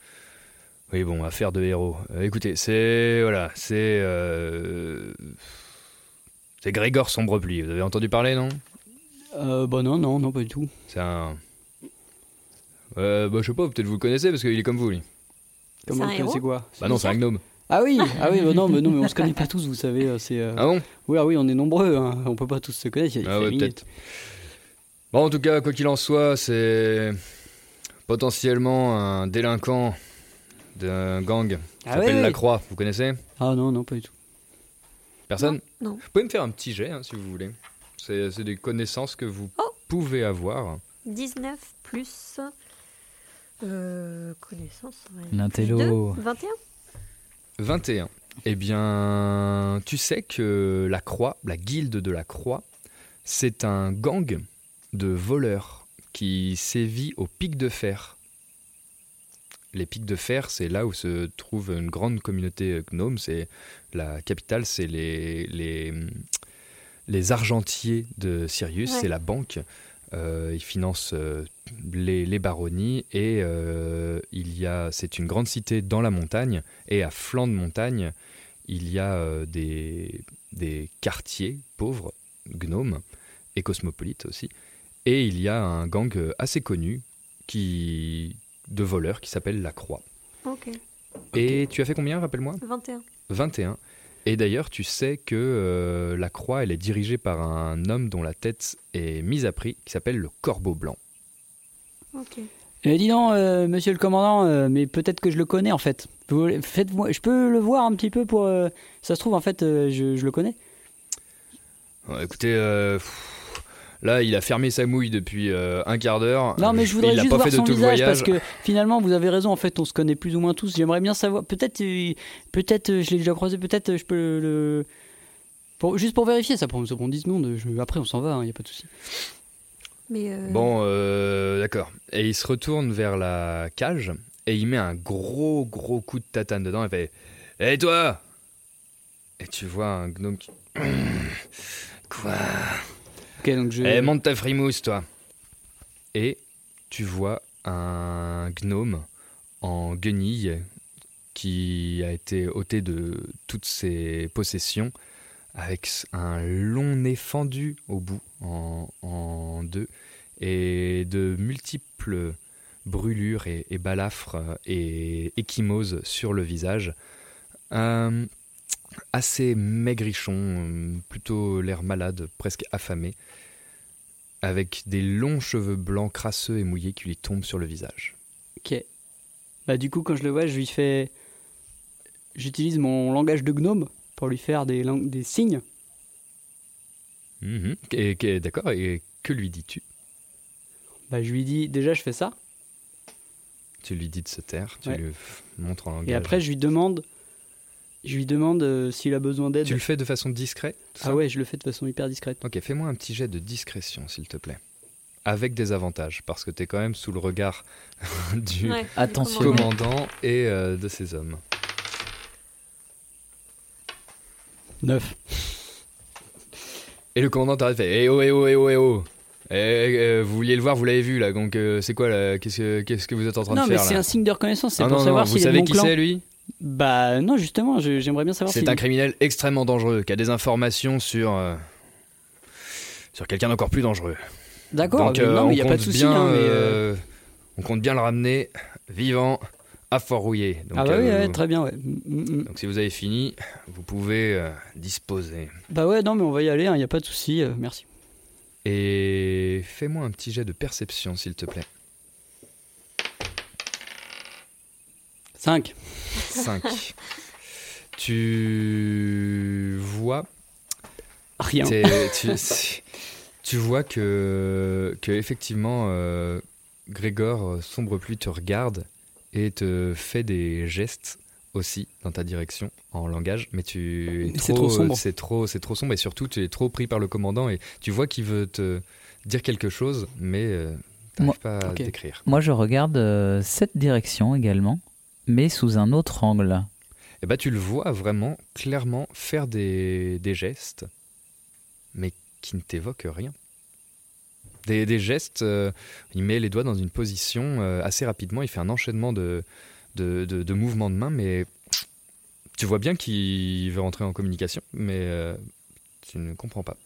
S2: oui, bon, affaire de héros. Euh, écoutez, c'est voilà, c'est euh, c'est Grégor Sombrepli. Vous avez entendu parler, non
S3: Euh, bah non, non, non, pas du tout.
S2: C'est un, euh, bah, je sais pas, peut-être vous le connaissez parce qu'il est comme vous, lui.
S3: Comment vous connaissez quoi
S2: Bah non, c'est un gnome.
S3: Ah oui, ah oui, bah non, mais non, mais on se connaît pas tous, vous savez. euh, C'est. euh,
S2: Ah bon
S3: Oui, ah oui, on est nombreux. hein, On peut pas tous se connaître. il y a des
S2: Ah ouais,
S3: familles.
S2: peut-être. Bon, en tout cas, quoi qu'il en soit, c'est potentiellement un délinquant d'un gang qui
S3: Ah
S2: s'appelle
S3: ouais.
S2: La Croix. Vous connaissez
S3: Ah non, non, pas du tout.
S2: Personne
S5: Non.
S2: Vous pouvez me faire un petit jet, hein, si vous voulez. C'est c'est des connaissances que vous
S3: Oh.
S2: pouvez avoir.
S5: 19 plus. Euh, connaissance. ouais.
S2: L'intello.
S5: Deux, 21
S2: 21. Eh bien, tu sais que la Croix, la guilde de la Croix, c'est un gang de voleurs qui sévit au pic de fer. Les pics de fer, c'est là où se trouve une grande communauté euh, gnome. C'est la capitale, c'est les, les, les argentiers de Sirius,
S9: Ouais.
S2: c'est la banque. Euh, ils financent euh, les, les baronnies et euh, il y a, c'est une grande cité dans la montagne et à flanc de montagne, il y a euh, des, des quartiers pauvres, gnomes et cosmopolites aussi. Et il y a un gang euh, assez connu qui, de voleurs qui s'appelle La Croix.
S5: Ok.
S2: Et tu as fait combien, rappelle-moi
S5: 21.
S2: 21. Et d'ailleurs, tu sais que euh, la croix, elle est dirigée par un homme dont la tête est mise à prix, qui s'aelle le Corbeau Blanc.
S5: Ok.
S3: Eh, dis donc, euh, monsieur le commandant, euh, mais peut-être que je le connais en fait. Vous voulez- Faites-moi, je peux le voir un petit peu pour. euh, ça se trouve en fait, euh, je, je le connais.
S2: Ouais, écoutez, euh, pff, là, il a fermé sa mouille depuis euh, un quart d'heure.
S3: Non, mais je voudrais
S2: il a
S3: juste
S2: pas
S3: voir
S2: fait de
S3: son
S2: tout le
S3: visage
S2: voyage.
S3: parce que finalement, vous avez raison. En fait, on se connaît plus ou moins tous. J'aimerais bien savoir. Peut-être, euh, peut-être, euh, je l'ai déjà croisé. Peut-être, euh, je peux le. le- pour- juste pour vérifier, ça prend, ça prend 10 secondes. je- après, on s'en va. Il n'y a pas de souci.
S5: Mais. euh,
S2: Bon, euh, d'accord. Et il se retourne vers la cage et il met un gros, gros coup de tatane dedans et fait Hé toi Et tu vois un gnome qui. Quoi
S3: Ok, donc je.
S2: Eh, monte ta frimousse, toi Et tu vois un gnome en guenille qui a été ôté de toutes ses possessions avec s- un long nez fendu au bout en, en deux et de multiples brûlures et, et balafres et échymoses sur le visage. Euh, assez maigrichon, euh, plutôt l'air malade, presque affamé, avec des longs cheveux blancs crasseux et mouillés qui lui tombent sur le visage.
S3: Ok. Bah, du coup, quand je le vois, je lui fais. J'utilise mon langage de gnome pour lui faire des, lang- des signes.
S2: Mhm. Et, et- D'accord, et que lui dis-tu
S3: Bah, je lui dis déjà, je fais ça.
S2: Tu lui dis de se taire, tu
S3: Ouais.
S2: lui f- montres un langage.
S3: Et après, je lui demande, je lui demande euh, s'il a besoin d'aide.
S2: Tu le fais de façon discrète
S3: Ah ouais, je le fais de façon hyper discrète.
S2: Ok, fais-moi un petit jet de discrétion, s'il te plaît. Avec des avantages, parce que t'es quand même sous le regard du
S6: Ouais, Attention.
S2: commandant et euh, de ses hommes.
S3: 9.
S2: Et le commandant t'arrête, fait Eh oh, eh oh, eh oh, eh oh Eh, euh, Vous vouliez le voir, vous l'avez vu là, donc euh, c'est quoi là Qu'est-ce que- qu'est-ce que vous êtes en train
S3: Non,
S2: de
S3: mais
S2: faire
S3: c'est
S2: là
S3: un signe de reconnaissance, c'est
S2: Ah
S3: pour
S2: non,
S3: savoir
S2: non,
S3: s'il
S2: Vous
S3: est de
S2: savez
S3: mon
S2: qui
S3: clan.
S2: c'est lui
S3: Bah non, justement, je- j'aimerais bien savoir.
S2: C'est
S3: s'il-
S2: un criminel extrêmement dangereux qui a des informations sur. euh, sur quelqu'un d'encore plus dangereux.
S3: D'accord,
S2: Donc,
S3: mais
S2: euh,
S3: non, mais
S2: on
S3: il y a pas de
S2: compte
S3: souci.
S2: bien,
S3: hein, mais, euh,
S2: euh, On compte bien le ramener vivant à Fort-Rouillé. Donc,
S3: ah bah oui,
S2: euh,
S3: ouais, très bien, ouais. Mm, mm, mm.
S2: Donc si vous avez fini, vous pouvez euh, disposer.
S3: Bah ouais, non, mais on va y aller, hein, il y a pas de souci, euh, merci.
S2: Et fais-moi un petit jet de perception, s'il te plaît.
S3: 5.
S2: 5. tu vois.
S3: Rien.
S2: T'es- Tu, tu vois que, que effectivement, euh, Grégor euh, Sombre Pluie te regarde et te fait des gestes aussi dans ta direction en langage, mais tu es
S3: Mais c'est trop sombre.
S2: C'est trop, c'est trop sombre et surtout tu es trop pris par le commandant et tu vois qu'il veut te dire quelque chose, mais euh,
S6: Moi-
S2: t'arrives pas à
S6: Ok.
S2: décrire.
S6: Moi, je regarde euh, cette direction également, mais sous un autre angle.
S2: Et bah tu le vois vraiment clairement faire des, des gestes, mais qui ne t'évoquent rien. Des, des gestes, euh, il met les doigts dans une position euh, assez rapidement, il fait un enchaînement de, de, de- de mouvements de main, mais tu vois bien qu'il veut rentrer en communication, mais euh, tu ne comprends pas.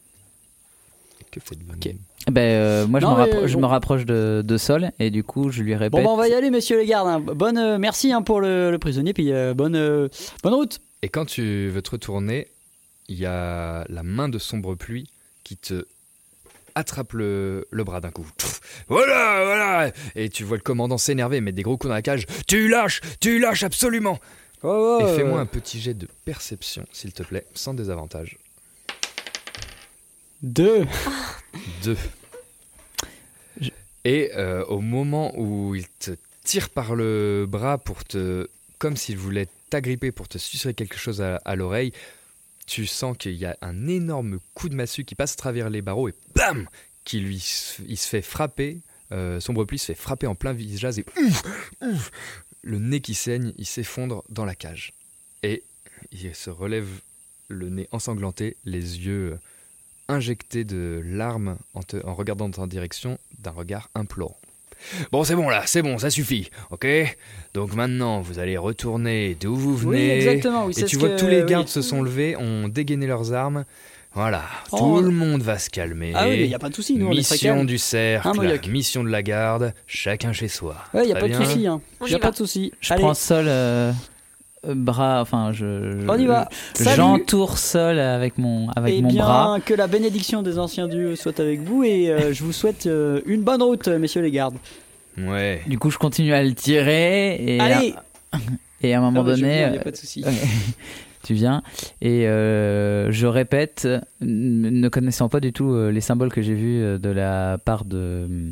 S2: Que faites-vous
S6: Ben, euh, moi, je,
S3: Non,
S6: me
S3: mais
S6: rappro- je
S3: bon.
S6: me rapproche de, de Sol et du coup, je
S2: Eh
S6: lui répète.
S2: ben,
S3: Bon, bah, on va y aller, messieurs les gardes. hein. Bonne, euh, merci hein, pour le, le prisonnier, puis euh, bonne, euh, bonne route.
S2: Et quand tu veux te retourner, il y a la main de sombre pluie qui te attrape le, le bras d'un coup. Pff, voilà, voilà Et tu vois le commandant s'énerver, mettre des gros coups dans la cage. Tu lâches, tu lâches absolument
S3: Oh,
S2: Et
S7: ouais,
S2: fais-moi
S7: ouais.
S2: un petit jet de perception, s'il te plaît, sans désavantage.
S3: Deux
S2: Deux. Et euh, au moment où il te tire par le bras pour te, comme s'il voulait t'agripper pour te sucer quelque chose à, à l'oreille, tu sens qu'il y a un énorme coup de massue qui passe à travers les barreaux et bam, qui lui, s- il se fait frapper. euh, sombre pluie se fait frapper en plein visage et ouf, ouf, le nez qui saigne, il s'effondre dans la cage et il se relève le nez ensanglanté, les yeux injectés de larmes en, te- en regardant dans ta direction d'un regard implorant.
S7: Bon, c'est bon là, c'est bon, ça suffit, ok Donc maintenant, vous allez retourner d'où vous
S2: Vous venez,
S7: venez.
S2: et tu vois que tous les gardes se sont levés, ont dégainé leurs armes. Voilà, tout le monde va se calmer.
S7: Oh. Ah oui, mais y a pas de souci, nous, on est très
S2: Mission
S7: calme.
S2: du cercle,
S7: Hein, Moyoc
S2: mission de la garde, chacun chez soi.
S3: Ouais, y a
S2: Très
S3: pas de
S2: bien
S3: souci. Hein.
S5: On y
S3: Y a
S5: va.
S3: pas de souci.
S6: Je
S3: Allez.
S6: prends Sol euh, euh, bras, enfin je. je-
S3: On y va.
S6: je-
S3: Salut.
S6: J'entoure Sol avec mon avec
S3: Eh
S6: mon
S3: bien,
S6: bras.
S3: que la bénédiction des anciens dieux soit avec vous et euh, je vous souhaite euh, une bonne route, euh, messieurs les gardes.
S2: Ouais.
S6: Du coup, je continue à le tirer et
S3: Allez.
S6: à, et à un moment
S3: Ah bah, je
S6: donné,
S3: viens, y a
S6: euh,
S3: pas de souci.
S6: ouais, tu viens et euh, je répète, n- ne connaissant pas du tout euh, les symboles que j'ai vus euh, de la part de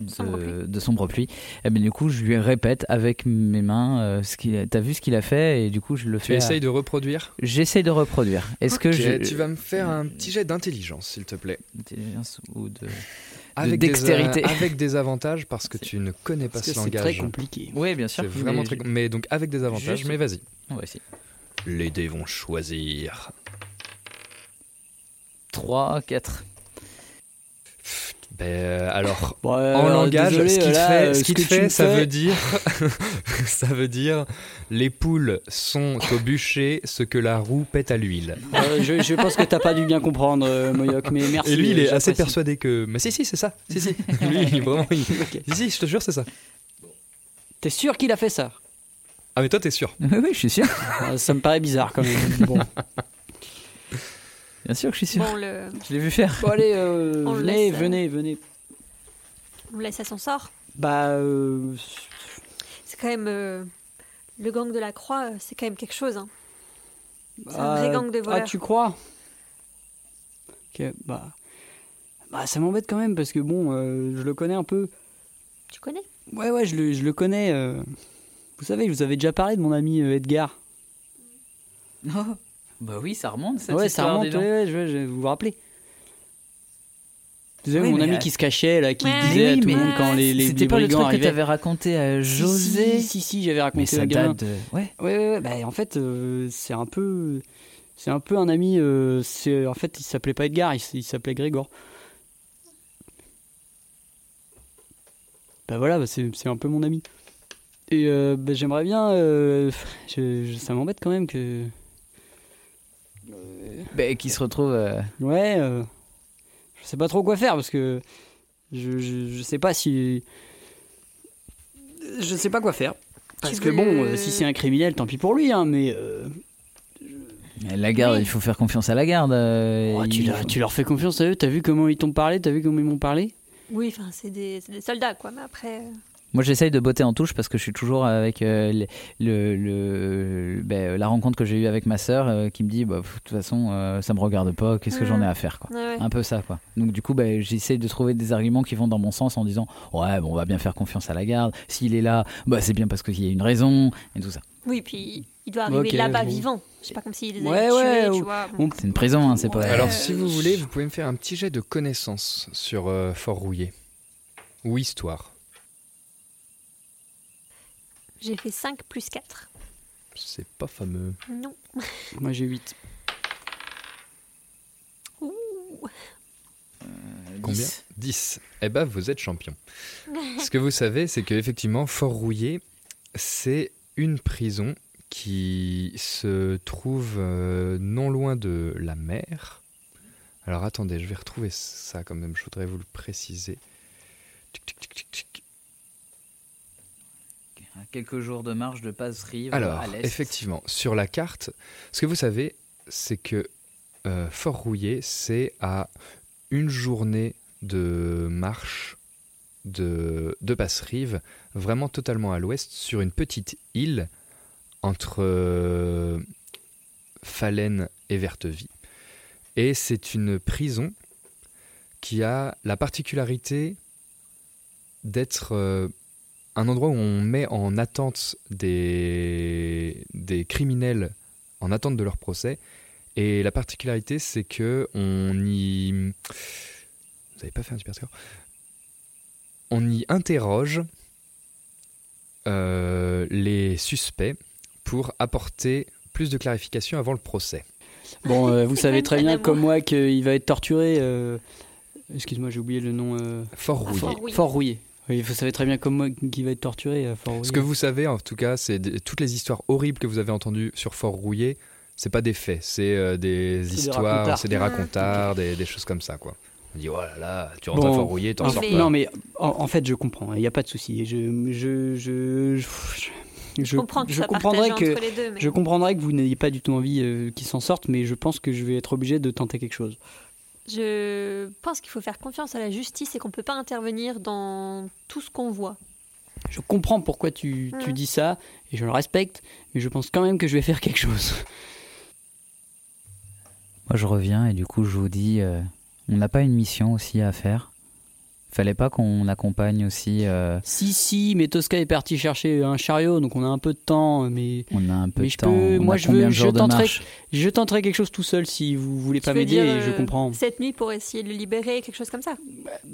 S6: de, de sombre pluie, et bien du coup, je lui répète avec mes mains euh, ce qu'il a- T'as vu ce qu'il a fait et du coup, je le
S2: Tu
S6: fais. à-
S2: essayes de reproduire
S6: J'essaye de reproduire. Est-ce que
S2: Ok,
S6: je...
S2: Tu vas me faire un petit jet d'intelligence, s'il te plaît.
S6: D'intelligence ou de...
S2: Avec
S6: de
S2: des-
S6: dextérité.
S2: euh, avec des avantages parce que tu ne connais pas
S6: parce que
S2: ce
S6: c'est
S2: langage.
S6: très compliqué. Oui, bien sûr,
S2: C'est
S6: mais
S2: vraiment très
S6: je-
S2: com- Mais donc avec des avantages,
S6: Juste-
S2: mais vas-y.
S6: On va essayer.
S2: Les dés vont choisir.
S6: 3, 4.
S2: Ben, euh, alors,
S6: Bon, euh,
S2: en
S6: alors,
S2: langage,
S6: désolé,
S2: ce qui te
S6: là,
S2: fait,
S6: euh,
S2: ce
S6: ce
S2: qui
S6: que
S2: te
S6: tu
S2: fait,
S6: me
S2: ça
S6: fais-
S2: veut dire, ça veut dire, les poules sont au bûcher ce que la roue pète à l'huile.
S3: Euh, je, je pense que t'as pas dû bien comprendre, euh, Moyoc, mais merci.
S2: Et lui, il
S3: euh,
S2: est assez
S3: j'apprécie.
S2: persuadé que. Mais si, Eh si, c'est ça. Si, si. lui, il est vraiment. il- Si, si, je te jure, c'est ça.
S3: T'es sûr qu'il a fait ça Ah,
S2: Ah, mais toi, t'es sûr.
S6: Oui, oui, je suis sûr.
S3: ça me paraît bizarre quand même. Bon.
S6: Bien sûr que je suis sûr.
S5: Bon, on le-
S6: Je l'ai vu faire.
S3: Bon, allez, euh,
S5: On le
S3: venez,
S6: hein.
S5: laisse, euh,
S3: venez, venez.
S5: on laisse à son sort.
S3: Bah, euh,
S5: C'est quand même. euh, le gang de la Croix, euh, c'est quand même quelque chose. hein. C'est un
S3: ah,
S5: vrai gang de voleurs.
S3: Ah, tu crois Ok, bah. Bah, ça m'embête quand même parce que bon, euh, je le connais un peu.
S5: Tu connais
S3: Ouais, ouais, je le, je le connais. euh. Vous savez, je vous avais déjà parlé de mon ami euh, Edgar.
S5: Oh.
S6: Bah oui, ça remonte cette
S3: ouais, ça
S6: histoire.
S3: remonte,
S6: dis donc.
S3: ouais, ouais, je, je vais vous vous rappeler. Vous savez,
S6: Oui,
S3: mon
S6: mais,
S3: ami
S6: euh,
S3: qui se cachait, là, qui
S6: Ouais,
S3: disait à
S6: oui,
S3: tout le
S6: mais
S3: monde quand les, les,
S6: C'était
S3: les
S6: pas le
S3: brigands
S6: truc que
S3: arrivaient.
S6: t'avais raconté à
S3: Si,
S6: José.
S3: Si, si, si, j'avais raconté
S6: Mais ça
S3: au gamin.
S6: date de- Ouais.
S3: Ouais, ouais, ouais, bah, en fait, euh, c'est un peu. C'est un peu un ami. euh, c'est, en fait, il s'appelait pas Edgar, il, s- il s'appelait Grégor. Bah voilà, bah, c'est, c'est un peu mon ami. Et euh, bah, j'aimerais bien. euh, je- je- ça m'embête quand même que.
S6: Bah, qui se retrouve. euh,
S3: Ouais, euh, je sais pas trop quoi faire parce que je, je, je sais pas si. Je sais pas quoi faire. Parce que bon, euh, si c'est un criminel, tant pis pour lui, hein, mais. euh,
S6: La garde, il faut faire confiance à la garde. euh,
S3: Oh, tu,
S6: il-
S3: leur, tu leur fais confiance à eux, t'as vu comment ils t'ont parlé, t'as vu comment ils m'ont parlé
S5: Oui, enfin, c'est des, c'est des soldats, quoi. Mais après. euh,
S6: Moi, j'essaye de botter en touche parce que je suis toujours avec euh, le, le- le- ben, la rencontre que j'ai eue avec ma sœur euh, qui me dit bah, pff, de toute façon, euh, ça me regarde pas, qu'est-ce que j'en ai à faire quoi.
S5: Ouais, ouais.
S6: Un peu ça, quoi. Donc, du coup, ben, j'essaye de trouver des arguments qui vont dans mon sens en disant Ouais, bon, on va bien faire confiance à la garde. S'il est là, bah, c'est bien parce qu'il y a une raison et tout ça.
S5: Oui, puis il doit arriver
S6: Ok,
S5: là-bas
S6: bon.
S5: vivant. C'est pas comme s'il les
S3: Ouais,
S5: avait
S3: ouais,
S5: tués, tu
S3: on-
S5: vois.
S6: C'est une prison, hein, c'est pas.
S2: Alors, si vous voulez, vous pouvez me faire un petit jet de connaissance sur euh, Fort Rouillé. Ou histoire.
S5: J'ai fait 5 plus 4.
S2: C'est pas fameux.
S5: Non.
S3: Moi j'ai 8.
S6: Euh,
S2: Combien 10. Eh ben, vous êtes champion. Ce que vous savez, c'est qu'effectivement, Fort Rouillé, c'est une prison qui se trouve euh, non loin de la mer. Alors attendez, je vais retrouver ça quand même, je voudrais vous le préciser. Tic, tic, tic, tic, tic.
S6: À hein. Quelques jours de marche de Passerive
S2: Alors,
S6: à l'est.
S2: effectivement, sur la carte, ce que vous savez, c'est que euh, Fort Rouillé, c'est à une journée de marche de, de Passerive, vraiment totalement à l'ouest, sur une petite île entre euh, Falaine et Vertevie. Et c'est une prison qui a la particularité d'être euh, un endroit où on met en attente des, des criminels en attente de leur procès. Et la particularité, c'est que on y. Vous n'avez pas fait un super score. On y interroge euh, les suspects pour apporter plus de clarifications avant le procès.
S3: Bon, euh, vous
S2: C'est
S3: savez
S2: même
S3: très
S2: pas
S3: bien
S2: d'amour.
S3: comme moi qu'il va être torturé. euh, Excuse-moi, j'ai oublié le nom. euh,
S2: Fort Rouillé.
S3: Fort Rouillé. Fort Rouillé. Oui, vous savez très bien comme moi qu'il va être torturé à Fort Rouillé.
S2: Ce que vous savez, en tout cas, c'est des- toutes les histoires horribles que vous avez entendues sur Fort Rouillé. C'est pas des faits, c'est euh, des
S3: des
S2: histoires,
S3: racontars.
S2: c'est des
S3: Ah,
S2: racontars, des, des choses comme ça, quoi. On dit, oh là là, tu rentres à Fort Rouillé, t'en
S3: en
S2: sors
S3: fait-
S2: pas.
S3: Non, mais en, en fait, je comprends. Il n'y a pas de souci. Je, je, je, je, je-
S5: comprends que
S3: je
S5: ça
S3: comprendrais
S5: partage
S3: que
S5: entre les deux, mais-
S3: je comprendrais que vous n'ayez pas du tout envie euh, qu'ils s'en sortent, mais je pense que je vais être obligé de tenter quelque chose.
S5: Je pense qu'il faut faire confiance à la justice et qu'on ne peut pas intervenir dans tout ce qu'on voit.
S3: Je comprends pourquoi tu, tu
S5: Mhm.
S3: dis ça et je le respecte, mais je pense quand même que je vais faire quelque chose.
S6: Moi, je reviens et du coup, je vous dis, euh, on n'a pas une mission aussi à faire. Fallait pas qu'on accompagne aussi. euh,
S3: Si, si, mais Tosca est parti chercher un chariot, donc on a un peu de temps, mais.
S6: on a un peu
S3: mais
S6: de
S3: je
S6: temps.
S3: peux,
S6: on a
S3: moi je
S6: combien
S3: veux,
S6: de
S3: je
S6: jours de
S3: tenterai,
S6: marche
S3: je tenterai quelque chose tout seul si vous voulez pas
S5: Tu veux
S3: m'aider,
S5: dire,
S3: et je
S5: euh,
S3: comprends.
S5: Cette nuit pour essayer de le libérer, quelque chose comme ça.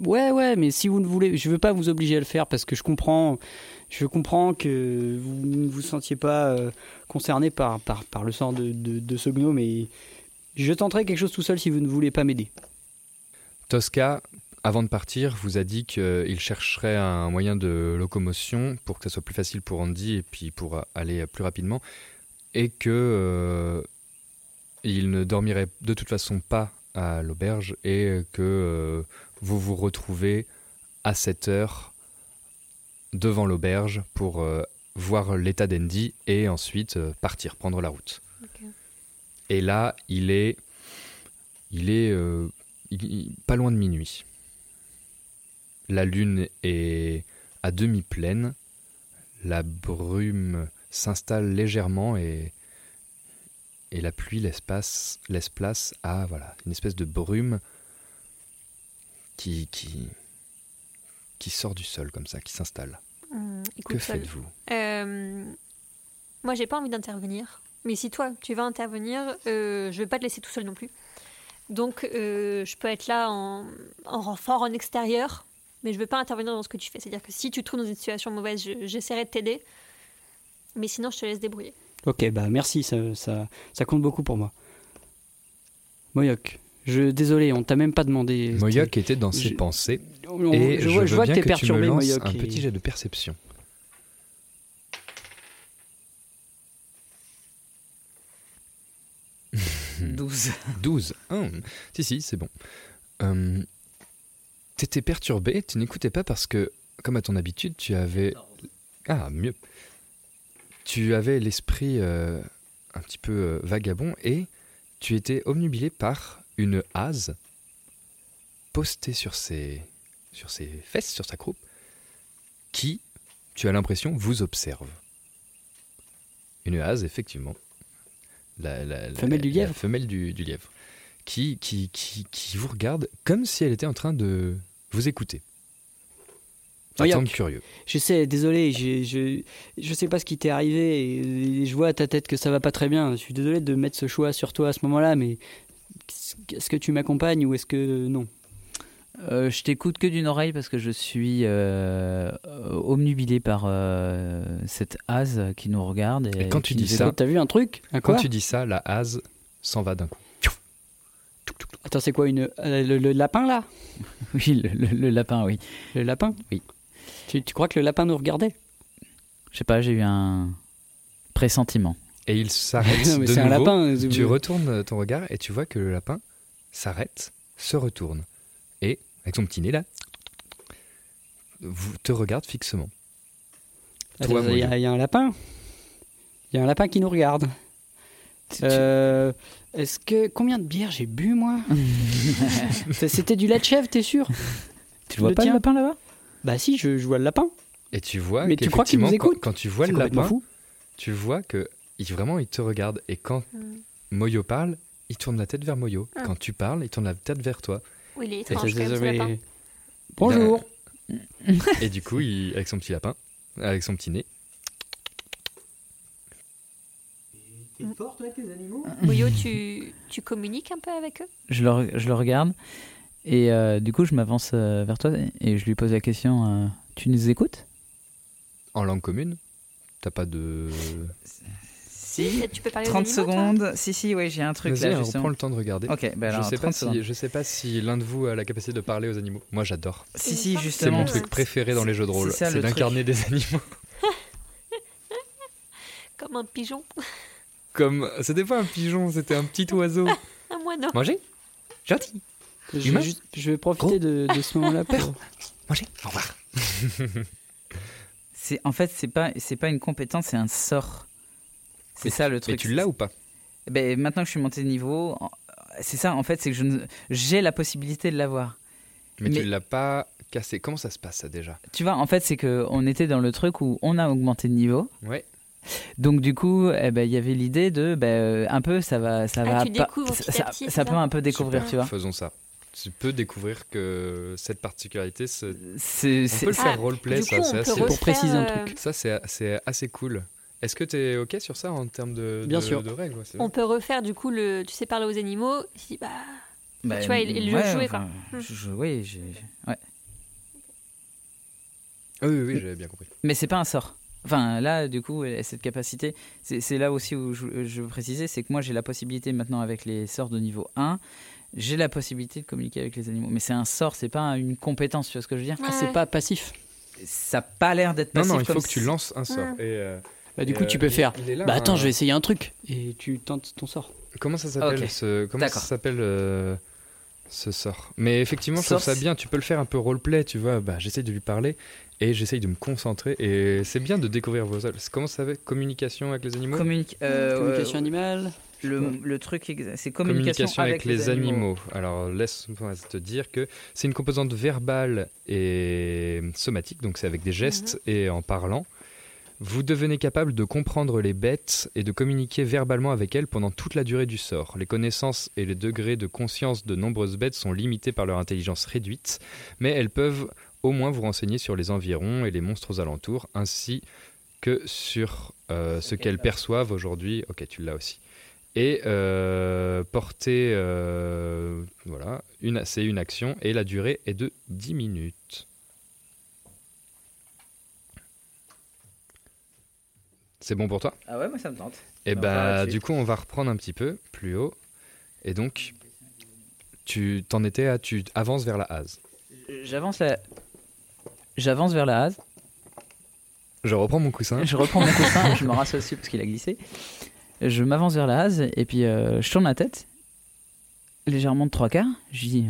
S3: Ouais, ouais, mais si vous ne voulez, je veux pas vous obliger à le faire parce que je comprends, je comprends que vous ne vous sentiez pas euh, concerné par, par, par le sort de, de, de ce gnome et je tenterai quelque chose tout seul si vous ne voulez pas m'aider.
S2: Tosca, avant de partir, vous a dit qu'il chercherait un moyen de locomotion pour que ça soit plus facile pour Andy et puis pour aller plus rapidement, et que euh, il ne dormirait de toute façon pas à l'auberge et que euh, vous vous retrouvez à 7 heure devant l'auberge pour euh, voir l'état d'Andy et ensuite euh, partir, prendre la route. Et là, il est, il est euh, il- il- pas loin de minuit. La lune est à demi pleine. La brume s'installe légèrement et, et la pluie laisse, passe- laisse place à voilà, une espèce de brume qui, qui, qui sort du sol comme ça, qui s'installe.
S5: Hum, écoute,
S2: Que
S5: Sol,
S2: faites-vous
S5: euh, Moi, j'ai pas envie d'intervenir. Mais si toi, tu vas intervenir, euh, je vais pas te laisser tout seul non plus. Donc, euh, je peux être là en, en renfort, en extérieur, mais je veux pas intervenir dans ce que tu fais. C'est-à-dire que si tu te trouves dans une situation mauvaise, je- j'essaierai de t'aider. Mais sinon, je te laisse débrouiller.
S3: Ok, bah merci, ça, ça, ça compte beaucoup pour moi. Moyoc, je désolé, on t'a même pas demandé.
S2: Moyoc était dans ses
S3: je-
S2: pensées.
S3: on-
S2: et
S3: je
S2: je,
S3: vois- je
S2: veux
S3: vois que
S2: bien
S3: t'es
S2: que, tu me
S3: perturbé,
S2: lances
S3: Moyoc,
S2: un
S3: et-
S2: petit jet de perception. Hmm.
S6: 12.
S2: 12. Hum. Si, si, c'est bon. Hum, T'étais perturbé, tu n'écoutais pas parce que, comme à ton habitude, tu avais. Ah, mieux. Tu avais l'esprit euh, un petit peu euh, vagabond et tu étais omnubilé par une hase postée sur ses, sur ses fesses, sur sa croupe, qui, tu as l'impression, vous observe. Une hase, effectivement. La, la- la-
S3: Femelle du
S2: la
S3: lièvre.
S2: femelle du, du lièvre. Qui, qui, qui, qui vous regarde comme si elle était en train de vous écouter. Ça
S3: Moyoc,
S2: semble curieux.
S3: Je sais, désolé, j'ai- je, je sais pas ce qui t'est arrivé et, et je vois à ta tête que ça va pas très bien. Je suis désolé de mettre ce choix sur toi à ce moment-là, mais est-ce que tu m'accompagnes ou est-ce que euh, non
S6: Euh, je t'écoute que d'une oreille parce que je suis euh, euh, omnubilé par euh, cette hase qui nous regarde. Et,
S2: Et quand
S6: qui
S2: tu
S6: nous
S2: dis
S6: écoute.
S2: ça,
S3: vu un truc
S2: Quand tu dis ça, la hase s'en va d'un coup.
S3: Attends, c'est quoi une euh, le, le lapin là
S6: Oui, le, le- le lapin, oui.
S3: Le lapin
S6: Oui.
S3: Tu, tu crois que le lapin nous regardait
S6: Je sais pas, j'ai eu un pressentiment.
S2: Et il s'arrête
S3: Non,
S2: de
S3: mais c'est un
S2: nouveau.
S3: lapin, c'est-
S2: Tu retournes ton regard et tu vois que le lapin s'arrête, se retourne et avec son petit nez là, vous te regarde fixement. Toi,
S3: Attends, Il y, a-
S2: Moyo.
S3: il y a un lapin. Il y a un lapin qui nous regarde. Euh, Est-ce que combien de bières j'ai bu moi Ça, C'était du lait de chèvre, t'es sûr
S6: Tu le vois pas, le lapin, là-bas
S3: Bah si, je, je vois le lapin.
S2: Et tu vois
S3: Mais tu crois qu'il nous
S2: qu'effectivement, quand,
S3: écoute
S2: quand tu vois
S3: C'est
S2: le
S3: complètement
S2: lapin,
S3: fou.
S2: tu vois que il, vraiment il te regarde. Et quand Moyo parle, il tourne la tête vers Moyo.
S5: Ah.
S2: Quand tu parles, il tourne la tête vers toi.
S5: Oui, il est
S2: Et-
S5: étrange, quand même, ce lapin.
S3: Bonjour.
S2: Bah, Et du coup, il, avec son petit lapin, avec son petit nez,
S5: T'es
S6: Mm.
S5: fort, toi, avec les animaux Moyo, tu, tu communiques un peu avec eux
S6: Je le, re- je le regarde et euh, du coup, je m'avance euh, vers toi et- et je lui pose la question euh, Tu nous écoutes
S2: en langue commune, t'as pas de.
S6: Si.
S5: Tu peux parler aux
S6: 30
S5: animaux, toi
S6: secondes. Si, si, ouais, j'ai un truc
S2: Vas-y,
S6: là.
S2: on
S6: justement.
S2: prend le temps de regarder.
S6: Ok, bah alors,
S2: je, sais pas
S6: 30 secondes.
S2: si, je sais pas si l'un de vous a la capacité de parler aux animaux. Moi, j'adore.
S6: Si, si,
S2: C'est
S6: justement.
S2: mon truc préféré dans les jeux de rôle.
S6: ça,
S2: C'est
S6: le
S2: d'incarner des animaux.
S5: Comme un pigeon,
S2: Comme. Ah, C'était pas un pigeon, c'était un petit oiseau.
S5: un moineau.
S2: Manger Gentil.
S3: Je
S2: Humain
S3: vais, juste- je vais
S6: Oh.
S3: profiter de, de ce moment-là pour.
S2: Manger Au revoir.
S6: C'est en fait c'est pas c'est pas une compétence, c'est un sort. C'est
S2: Mais
S6: ça le
S2: Mais
S6: truc.
S2: tu l'as ou pas
S6: Ben, maintenant que je suis monté de niveau, en- c'est ça en fait, c'est que je ne- j'ai la possibilité de l'avoir.
S2: Mais,
S6: Mais-
S2: tu l'as pas cassé. Comment ça se passe, ça, déjà
S6: Tu vois, en fait, c'est que on était dans le truc où on a augmenté de niveau.
S2: Ouais.
S6: Donc du coup, eh ben, il y avait l'idée de ben, euh, un peu ça va ça
S5: Ah,
S6: va
S5: tu
S6: pas-
S5: découvres
S6: ça,
S5: petit à
S6: ça-
S5: petit, c'est
S6: ça peut
S5: ça
S6: un peu découvrir,
S5: Super.
S6: tu vois.
S2: Faisons ça. Tu peux découvrir que cette particularité, c'est-
S6: C'est
S2: on
S6: c'est-
S2: peut le faire
S5: Ah,
S2: roleplay,
S5: du
S2: ça.
S5: coup,
S2: c'est
S5: on
S2: assez-
S5: peut refaire,
S3: préciser un
S5: euh,
S2: Ça, c'est c'est assez cool. Est-ce que tu es OK sur ça en termes de,
S3: Bien
S2: de-
S3: sûr.
S2: de règles ouais, c'est
S5: On
S2: bon.
S5: peut refaire du coup le. Tu sais parler aux animaux. Je dis, bah.
S6: ben,
S5: tu vois, il, il
S6: ouais,
S5: le jouait quoi. Mm.
S6: enfin, je- je- oui, j'ai- ouais.
S2: Ah Oui, oui, oui, j'avais bien compris.
S6: Mais c'est pas un sort. Enfin, là, du coup, elle a cette capacité, c'est c'est là aussi où je, je veux préciser, c'est que moi, j'ai la possibilité maintenant avec les sorts de niveau 1, j'ai la possibilité de communiquer avec les animaux. Mais c'est un sort, c'est pas une compétence, tu vois ce que je veux dire
S3: Ah, c'est pas passif.
S6: Ça a pas l'air d'être
S2: Non,
S6: passif.
S2: non, il faut
S6: comme
S2: que tu
S6: si-
S2: lances un
S6: Ah.
S2: sort. Et, euh,
S3: Bah, du
S2: et,
S3: coup,
S2: euh,
S3: tu peux
S2: il-
S3: faire.
S2: il est là,
S3: bah attends,
S2: hein.
S3: je vais essayer un truc. Et tu tentes ton sort.
S2: Comment ça s'appelle
S6: Ok.
S2: ce comment ça
S6: D'accord.
S2: s'appelle euh, ce sort Mais effectivement, je trouve
S6: Sort,
S2: ça bien. Tu peux le faire un peu roleplay, tu vois. Bah, j'essaye de lui parler et j'essaye de me concentrer. Et c'est bien de découvrir vos œuvres. Comment ça s'appelle Communication avec les animaux.
S6: Communique- euh,
S3: Communication
S6: euh,
S3: animale.
S6: le, le truc, exa- c'est communication,
S2: avec, les animaux. Alors laisse-moi te dire que c'est une composante verbale et somatique, donc c'est avec des gestes et en parlant. Vous devenez capable de comprendre les bêtes et de communiquer verbalement avec elles pendant toute la durée du sort. Les connaissances et les degrés de conscience de nombreuses bêtes sont limités par leur intelligence réduite, mais elles peuvent au moins vous renseigner sur les environs et les monstres aux alentours, ainsi que sur euh, ce qu'elles perçoivent aujourd'hui. Ok, tu l'as aussi et euh, porter euh, voilà une c'est une action et la durée est de 10 minutes c'est bon pour toi
S6: Ah ouais, moi, ça me tente.
S2: et
S6: On va
S2: bah
S6: là-dessus.
S2: du coup on va reprendre un petit peu plus haut et donc tu t'en étais à tu avances vers la hase
S6: Euh, J'avance la... J'avance vers la hase.
S2: je reprends mon coussin
S6: Je reprends mon coussin, je me rassois dessus parce qu'il a glissé. Je m'avance vers la hase et puis euh, je tourne la tête légèrement de trois quarts. Je dis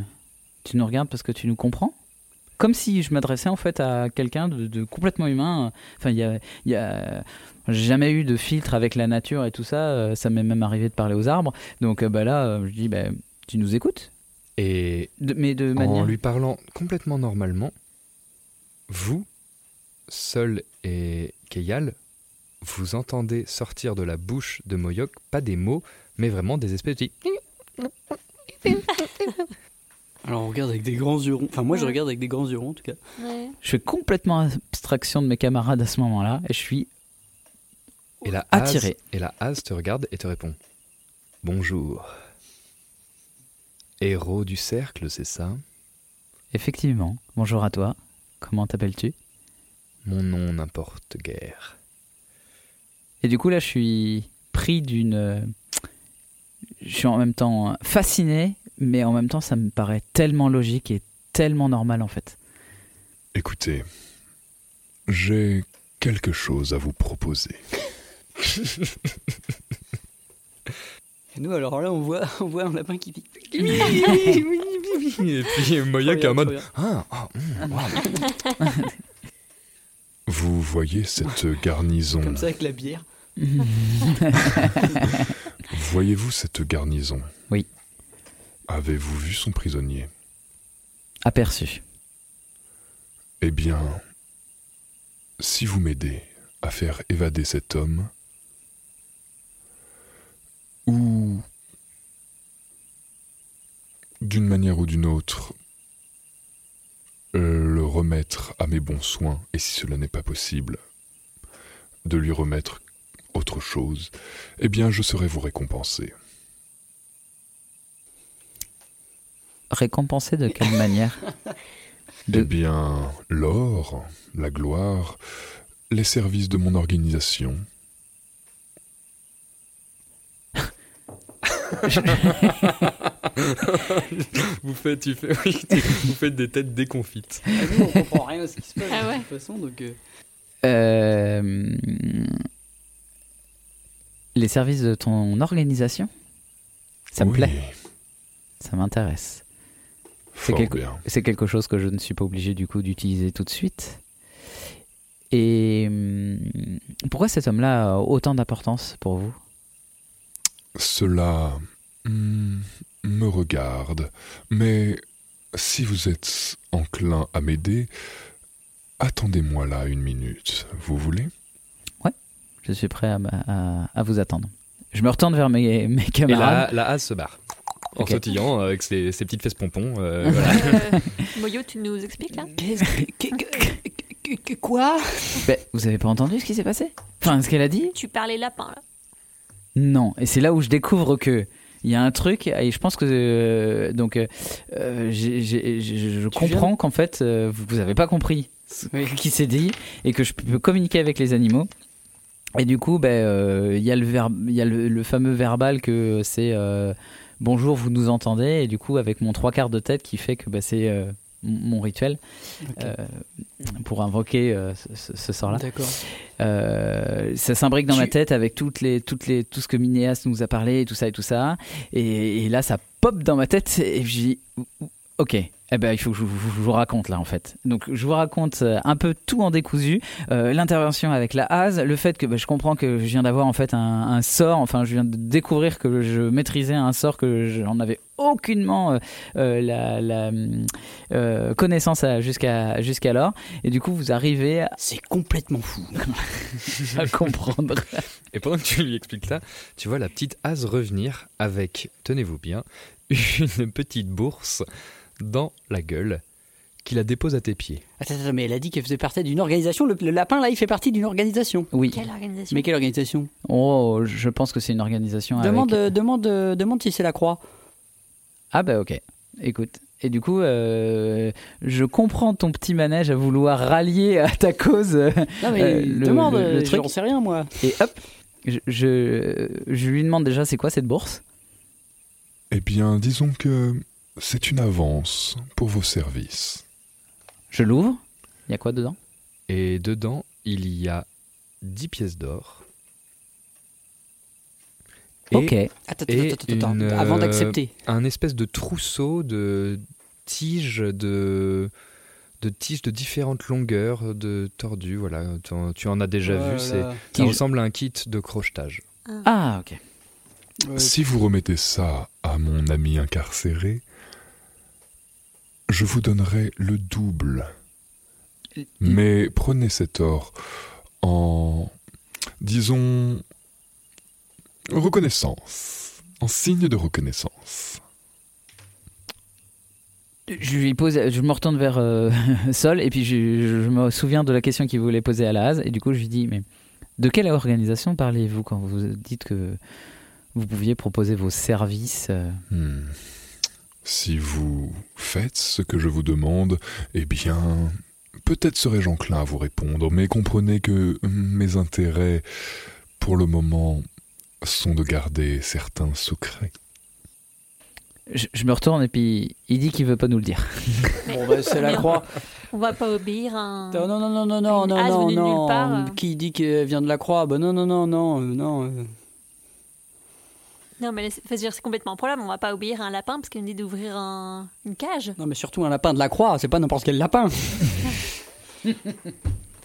S6: Tu nous regardes parce que tu nous comprends Comme si je m'adressais en fait à quelqu'un de, de complètement humain. Enfin, il y a. il y a- j'ai jamais eu de filtre avec la nature et tout ça. Euh, Ça m'est même arrivé de parler aux arbres. Donc euh, bah là, euh, je dis bah, Tu nous écoutes
S2: et
S6: De- Mais de manière.
S2: En lui parlant complètement normalement, vous, Sol et Keyal, vous entendez sortir de la bouche de Moyok pas des mots, mais vraiment des espèces de petits-
S3: Alors on regarde avec des grands yeux ronds. Enfin moi je regarde avec des grands yeux ronds en tout cas.
S5: Ouais.
S6: Je fais complètement abstraction de mes camarades à ce moment-là et je suis
S2: Et la
S6: Attiré.
S2: Hase- Et la Hase te regarde et te répond Bonjour. Héros du cercle, c'est ça
S6: Effectivement. Bonjour à toi. Comment t'appelles-tu
S2: Mon nom n'importe guère.
S6: Et du coup, là, je euh, suis pris d'une. Je suis en même temps fasciné, mais en même temps, ça me paraît tellement logique et tellement normal en fait.
S10: Écoutez, j'ai quelque chose à vous proposer.
S3: Et nous, alors là, on voit, on voit un lapin qui pique.
S9: Et puis Moya qui est en mode. Ah, ah, hmm, waouh.
S10: Vous voyez cette garnison
S3: Comme ça, avec la bière.
S10: Voyez-vous cette garnison
S6: Oui.
S10: Avez-vous vu son prisonnier
S6: Aperçu.
S10: Eh bien, si vous m'aidez à faire évader cet homme, ou d'une manière ou d'une autre, euh, le remettre à mes bons soins, et si cela n'est pas possible, de lui remettre autre chose, eh bien je serai vous récompensé.
S6: Récompensé de quelle manière
S10: Eh bien, l'or, la gloire, les services de mon organisation.
S9: vous, faites, tu fais- oui, tu- vous faites des têtes déconfites.
S3: Ah, nous, on comprend rien à ce qui se passe
S5: Ah ouais.
S3: de toute façon, donc. euh,
S6: Euh, Les services de ton organisation Ça me
S10: Oui.
S6: plaît. Ça m'intéresse. C'est
S10: Fort
S6: quelque,
S10: bien.
S6: c'est quelque chose que je ne suis pas obligé du coup d'utiliser tout de suite. Et hum, pourquoi cet homme-là a autant d'importance pour vous
S10: Cela hmm, me regarde, mais si vous êtes enclin à m'aider, attendez-moi là une minute, vous voulez
S6: Je suis prêt à, m- à- à vous attendre. Je me retourne vers mes, mes
S9: Et la,
S6: camarades.
S9: la hase se barre. En
S6: Ok.
S9: sautillant euh, avec ses, ses petites fesses pompons. euh,
S6: Euh,
S9: voilà.
S5: Moyo, tu nous expliques là
S6: Quoi Ben, Vous avez pas entendu ce qui s'est passé Enfin, ce qu'elle a dit
S5: Tu parlais lapin là.
S6: Non. Et c'est là où je découvre que il y a un truc et je pense que euh, donc euh, euh, j'ai- j'ai- j'ai- je comprends qu'en fait euh, vous n'avez pas compris ce qui s'est dit et que je peux communiquer avec les animaux. Et du coup, ben, euh, il y a, le, verbe, il y a le, le fameux verbal que c'est euh, bonjour, vous nous entendez. Et du coup, avec mon trois quarts de tête qui fait que ben, c'est euh, mon mon rituel euh, pour invoquer euh, ce- ce, ce sort-là.
S3: D'accord.
S6: Euh, ça s'imbrique dans ma tête avec toutes les, toutes les, tout ce que Minéas nous a parlé et tout ça et tout ça. Et, et là, ça pop dans ma tête et je dis Ok, eh ben, il faut que je vous, je vous raconte là en fait. Donc je vous raconte euh, un peu tout en décousu, Euh, l'intervention avec la Hase, le fait que bah, je comprends que je viens d'avoir en fait un, un sort, enfin je viens de découvrir que je maîtrisais un sort que j'en avais aucunement euh, euh, la, la, hum, euh, connaissance à- jusqu'à jusqu'alors. Et du coup vous arrivez à...
S3: C'est complètement fou.
S6: à comprendre.
S2: Et pendant que tu lui expliques ça, tu vois la petite As revenir avec, tenez-vous bien, une petite bourse dans la gueule qui la dépose à tes pieds.
S3: Attends, attends, mais elle a dit qu'elle faisait partie d'une organisation. Le, le lapin, là, il fait partie d'une organisation.
S6: Oui.
S5: Quelle organisation
S3: Mais quelle organisation
S6: Oh, je pense que c'est une organisation
S3: demande,
S6: avec...
S3: euh, demande, euh, demande si c'est la croix.
S6: Ah bah ok, écoute. Et du coup, euh, je comprends ton petit manège à vouloir rallier à ta cause euh,
S3: Non, mais
S6: euh,
S3: demande, euh, j'en sais rien, moi.
S6: Et hop, je, je, je lui demande déjà c'est quoi cette bourse
S10: Eh bien, disons que c'est une avance pour vos services.
S6: Je l'ouvre Il y a quoi dedans
S2: Et dedans, il y a 10 pièces d'or. Et-
S6: Ok. Attends,
S3: attends,
S2: et
S3: attends, attends,
S2: une,
S3: avant
S2: euh,
S3: d'accepter.
S2: Un espèce de trousseau de tiges de de tiges de différentes longueurs, de tordues, voilà. Tu en, tu en as déjà
S3: Voilà.
S2: vu. C'est, ça
S3: Tiges.
S2: ressemble à un kit de crochetage.
S6: Ah, ok.
S10: Si vous remettez ça à mon ami incarcéré, je vous donnerai le double. Mais prenez cet or en, disons, reconnaissance, en signe de reconnaissance.
S6: Je lui pose, je me retourne vers euh, Sol et puis je, je- je me souviens de la question qu'il voulait poser à la Haz et du coup je lui dis mais de quelle organisation parlez-vous quand vous dites que vous pouviez proposer vos services euh,
S10: Hmm. Si vous faites ce que je vous demande, eh bien, peut-être serais-je enclin à vous répondre, mais comprenez que hum, mes intérêts, pour le moment, sont de garder certains secrets.
S6: je, je me retourne et puis il dit qu'il veut pas nous le dire.
S3: Bon, bah, c'est la croix.
S5: On va pas obéir à un.
S3: Non, non, non, non, non,
S5: une
S3: non,
S5: as
S3: non,
S5: venue de nulle part, euh.
S3: non. Qui dit qu'elle vient de la croix Bah non, non, non, non, euh, non. euh.
S5: Non, mais laisse- enfin, je veux dire, c'est complètement improbable. On va pas obéir à un lapin parce qu'il nous dit d'ouvrir un- une cage.
S3: Non, mais surtout un lapin de la croix, c'est pas n'importe quel lapin.
S5: Enfin, je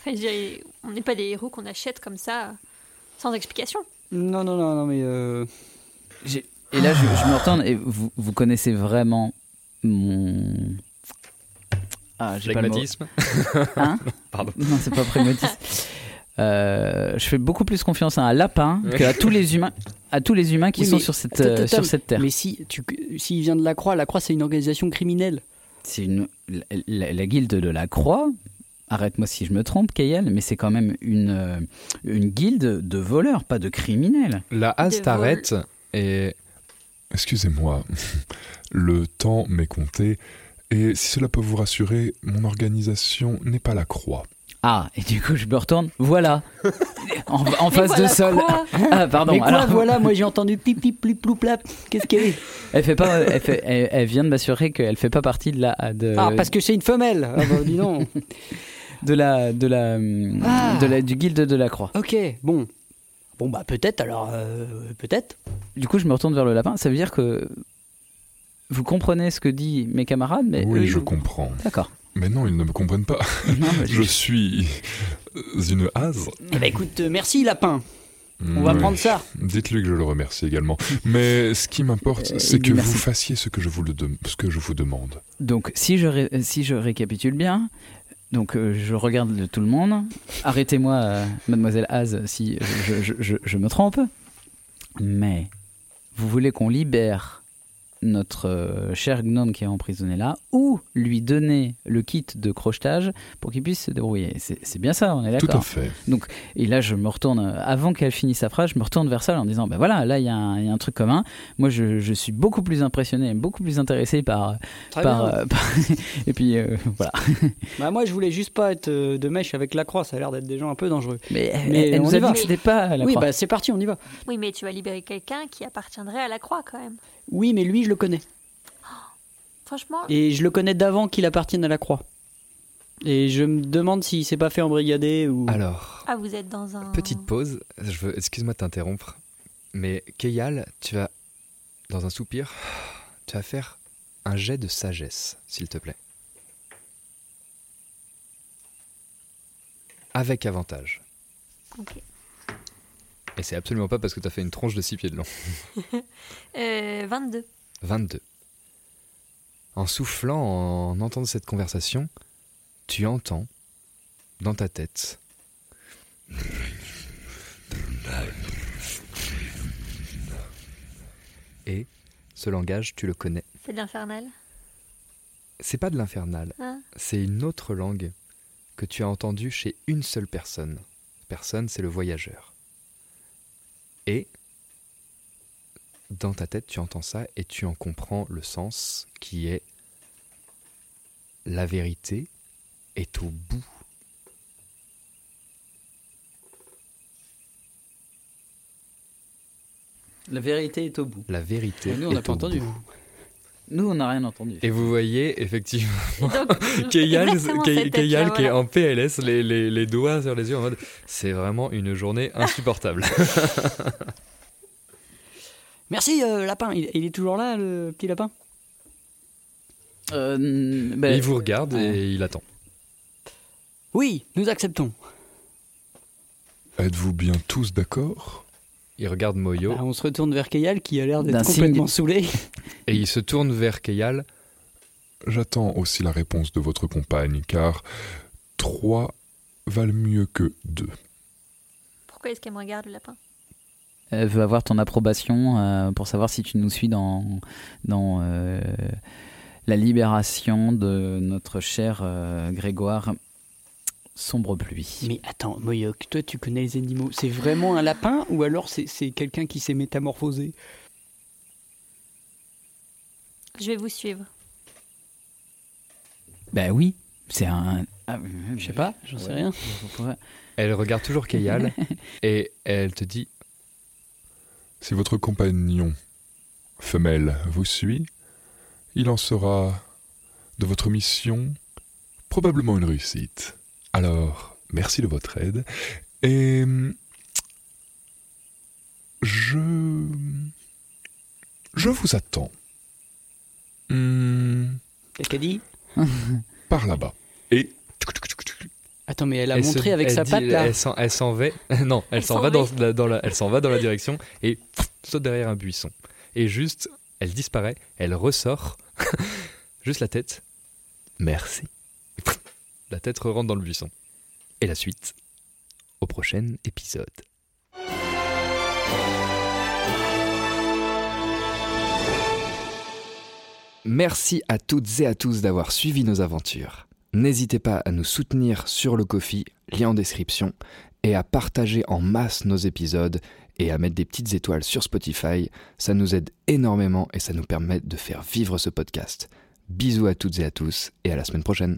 S5: veux dire, on n'est pas des héros qu'on achète comme ça euh, sans explication.
S3: non, non, non, non, mais. euh,
S6: Et là, je, je me retourne et vous, vous connaissez vraiment mon. Ah, j'ai pas le mot.
S2: Pragmatisme
S6: Hein
S2: Pardon.
S6: Non, c'est pas pragmatisme. Euh, je fais beaucoup plus confiance à un lapin qu'à tous les humains, à tous les humains qui
S3: Oui,
S6: sont
S3: mais-
S6: sur cette,
S3: Attends,
S6: euh,
S3: attends,
S6: sur cette terre.
S3: Mais si tu, s'il vient de la croix, la croix c'est une organisation criminelle.
S6: C'est une la, la- la guilde de la Croix. Arrête-moi si je me trompe, Kayel, mais c'est quand même une euh, une guilde de voleurs, pas de criminels.
S2: La
S6: Hase t'arrête
S2: et.
S10: Excusez-moi, le temps m'est compté, et si cela peut vous rassurer, mon organisation n'est pas la croix.
S6: Ah, et du coup, je me retourne. Voilà. En, en
S3: Mais
S6: face de
S3: voilà
S6: sol.
S3: quoi
S6: Ah, pardon.
S3: Mais quoi,
S6: alors-
S3: voilà, moi j'ai entendu pip pip plip ploup plap. Qu'est-ce qu'elle est
S6: Elle fait pas. Elle, fait- elle- elle vient de m'assurer qu'elle fait pas partie de la de,
S3: Ah, parce que c'est une femelle. Ah bah dis donc.
S6: de la de la
S3: Ah.
S6: de la du guilde de la croix.
S3: ok, bon. Bon bah peut-être alors, euh, peut-être.
S6: Du coup, je me retourne vers le lapin. Ça veut dire que vous comprenez ce que disent mes camarades, mais euh,
S10: oui,
S6: eux,
S10: je comprends.
S6: D'accord. bah,
S10: Mais non, ils ne me comprennent pas. je suis une hase.
S3: Eh
S6: ben,
S3: bah écoute, euh, merci lapin. On va
S10: Oui.
S3: prendre ça.
S10: Mm. Dites-lui que je le remercie également. Mais ce qui
S6: Euh,
S10: m'importe, c'est
S6: il
S10: que
S6: dit merci.
S10: vous fassiez ce que je vous, le dem- ce que je vous demande.
S6: Donc, si je, ré- euh, si je récapitule bien, donc euh, je regarde le- tout le monde. Arrêtez-moi, euh, mademoiselle Haz, si je, je- je- je me trompe. Mais vous voulez qu'on libère notre euh, cher gnome qui est emprisonné là ou lui donner le kit de crochetage pour qu'il puisse se débrouiller. C'est c'est bien ça, on est
S10: Tout
S6: d'accord
S10: à fait.
S6: donc, et là, je me retourne, euh, avant qu'elle finisse sa phrase, je me retourne vers ça en disant, ben voilà, là, il y, a un- il y a un truc commun. Moi, je, je suis beaucoup plus impressionné, beaucoup plus intéressé par...
S3: Très
S6: par,
S3: bien.
S6: euh, par- et puis, euh, voilà.
S3: Bah moi je voulais juste pas être euh, de mèche avec la croix, ça a l'air d'être des gens un peu dangereux.
S6: Mais, euh, elle nous a dit que c'était pas la
S3: Oui,
S6: croix.
S3: bah c'est parti, on y va.
S5: Oui, mais tu vas libérer quelqu'un qui appartiendrait à la croix quand même.
S3: Oui, mais lui je le connais.
S5: Franchement,
S3: Et je le connais d'avant qu'il appartienne à la croix. Et je me demande s'il s'est pas fait embrigader ou.
S2: Alors,
S5: ah, vous êtes dans un.
S2: petite pause. Je veux, excuse-moi de t'interrompre, mais Keyal, tu vas, dans un soupir, tu vas faire un jet de sagesse, s'il te plaît. Avec avantage.
S5: Ok.
S2: Et c'est absolument pas parce que t'as fait une tronche de 6 pieds de long.
S5: Euh, 22.
S2: 22. En soufflant, en entendant cette conversation, tu entends dans ta tête. Et ce langage, tu le connais.
S5: C'est de l'infernal.
S2: C'est pas de l'infernal,
S5: Ah.
S2: c'est une autre langue que tu as entendue chez une seule personne. Personne, c'est le voyageur. Et dans ta tête, tu entends ça et tu en comprends le sens qui est la vérité est au bout.
S6: La vérité est au bout.
S2: La vérité
S6: Mais nous, on
S2: est
S6: n'a pas
S2: au
S6: entendu.
S2: bout.
S6: Nous, on n'a rien entendu.
S2: Et vous voyez effectivement Keyal
S6: exactement
S2: Key-
S6: cette tête-là,
S2: Keyal qui est
S6: voilà.
S2: en PLS, les, les- les doigts sur les yeux en mode c'est vraiment une journée insupportable.
S3: Merci euh, lapin, il, il est toujours là le petit lapin.
S6: Euh, ben,
S2: il vous regarde et il attend.
S3: Oui, nous acceptons.
S10: Êtes-vous bien tous d'accord
S2: Il regarde Moyo
S3: Ah, on se retourne vers Keyal qui a l'air
S2: D'un
S3: d'être
S2: signe.
S3: complètement saoulé.
S2: et il se tourne vers Keyal.
S10: J'attends aussi la réponse de votre compagne, car trois valent mieux que deux.
S5: Pourquoi est-ce qu'elle me regarde le lapin
S6: Elle veut avoir ton approbation euh, pour savoir si tu nous suis dans, dans euh, la libération de notre cher euh, Grégoire Sombre Pluie.
S3: Mais attends, Moyoc, toi tu connais les animaux. C'est vraiment un lapin ou alors c'est- c'est quelqu'un qui s'est métamorphosé
S5: Je vais vous suivre.
S6: Ben oui, c'est un. ah, je sais pas,
S3: j'en
S6: sais
S3: rien.
S2: Elle regarde toujours Keyal et elle te dit
S10: Si votre compagnon femelle vous suit, Il en sera de votre mission probablement une réussite. Alors, merci de votre aide. Et hum, je... Je vous attends. Hum,
S11: Qu'est-ce qu'elle dit
S10: par là-bas.
S11: Attends, mais elle a
S2: Elle
S11: montré
S2: se-
S11: avec
S2: elle
S11: sa
S2: dit-
S11: patte là.
S2: Elle s'en, elle s'en va. non, elle, s'en va dans, la- dans la, elle s'en va dans la direction et pff, saute derrière un buisson. Et juste, elle disparaît, elle ressort, juste la tête. Merci. Pff, La tête rentre dans le buisson. Et la suite au prochain épisode.
S1: Merci à toutes et à tous d'avoir suivi nos aventures. N'hésitez pas à nous soutenir sur le Kofi, lien en description, et à partager en masse nos épisodes et à mettre des petites étoiles sur Spotify. Ça nous aide énormément et ça nous permet de faire vivre ce podcast. Bisous à toutes et à tous et à la semaine prochaine.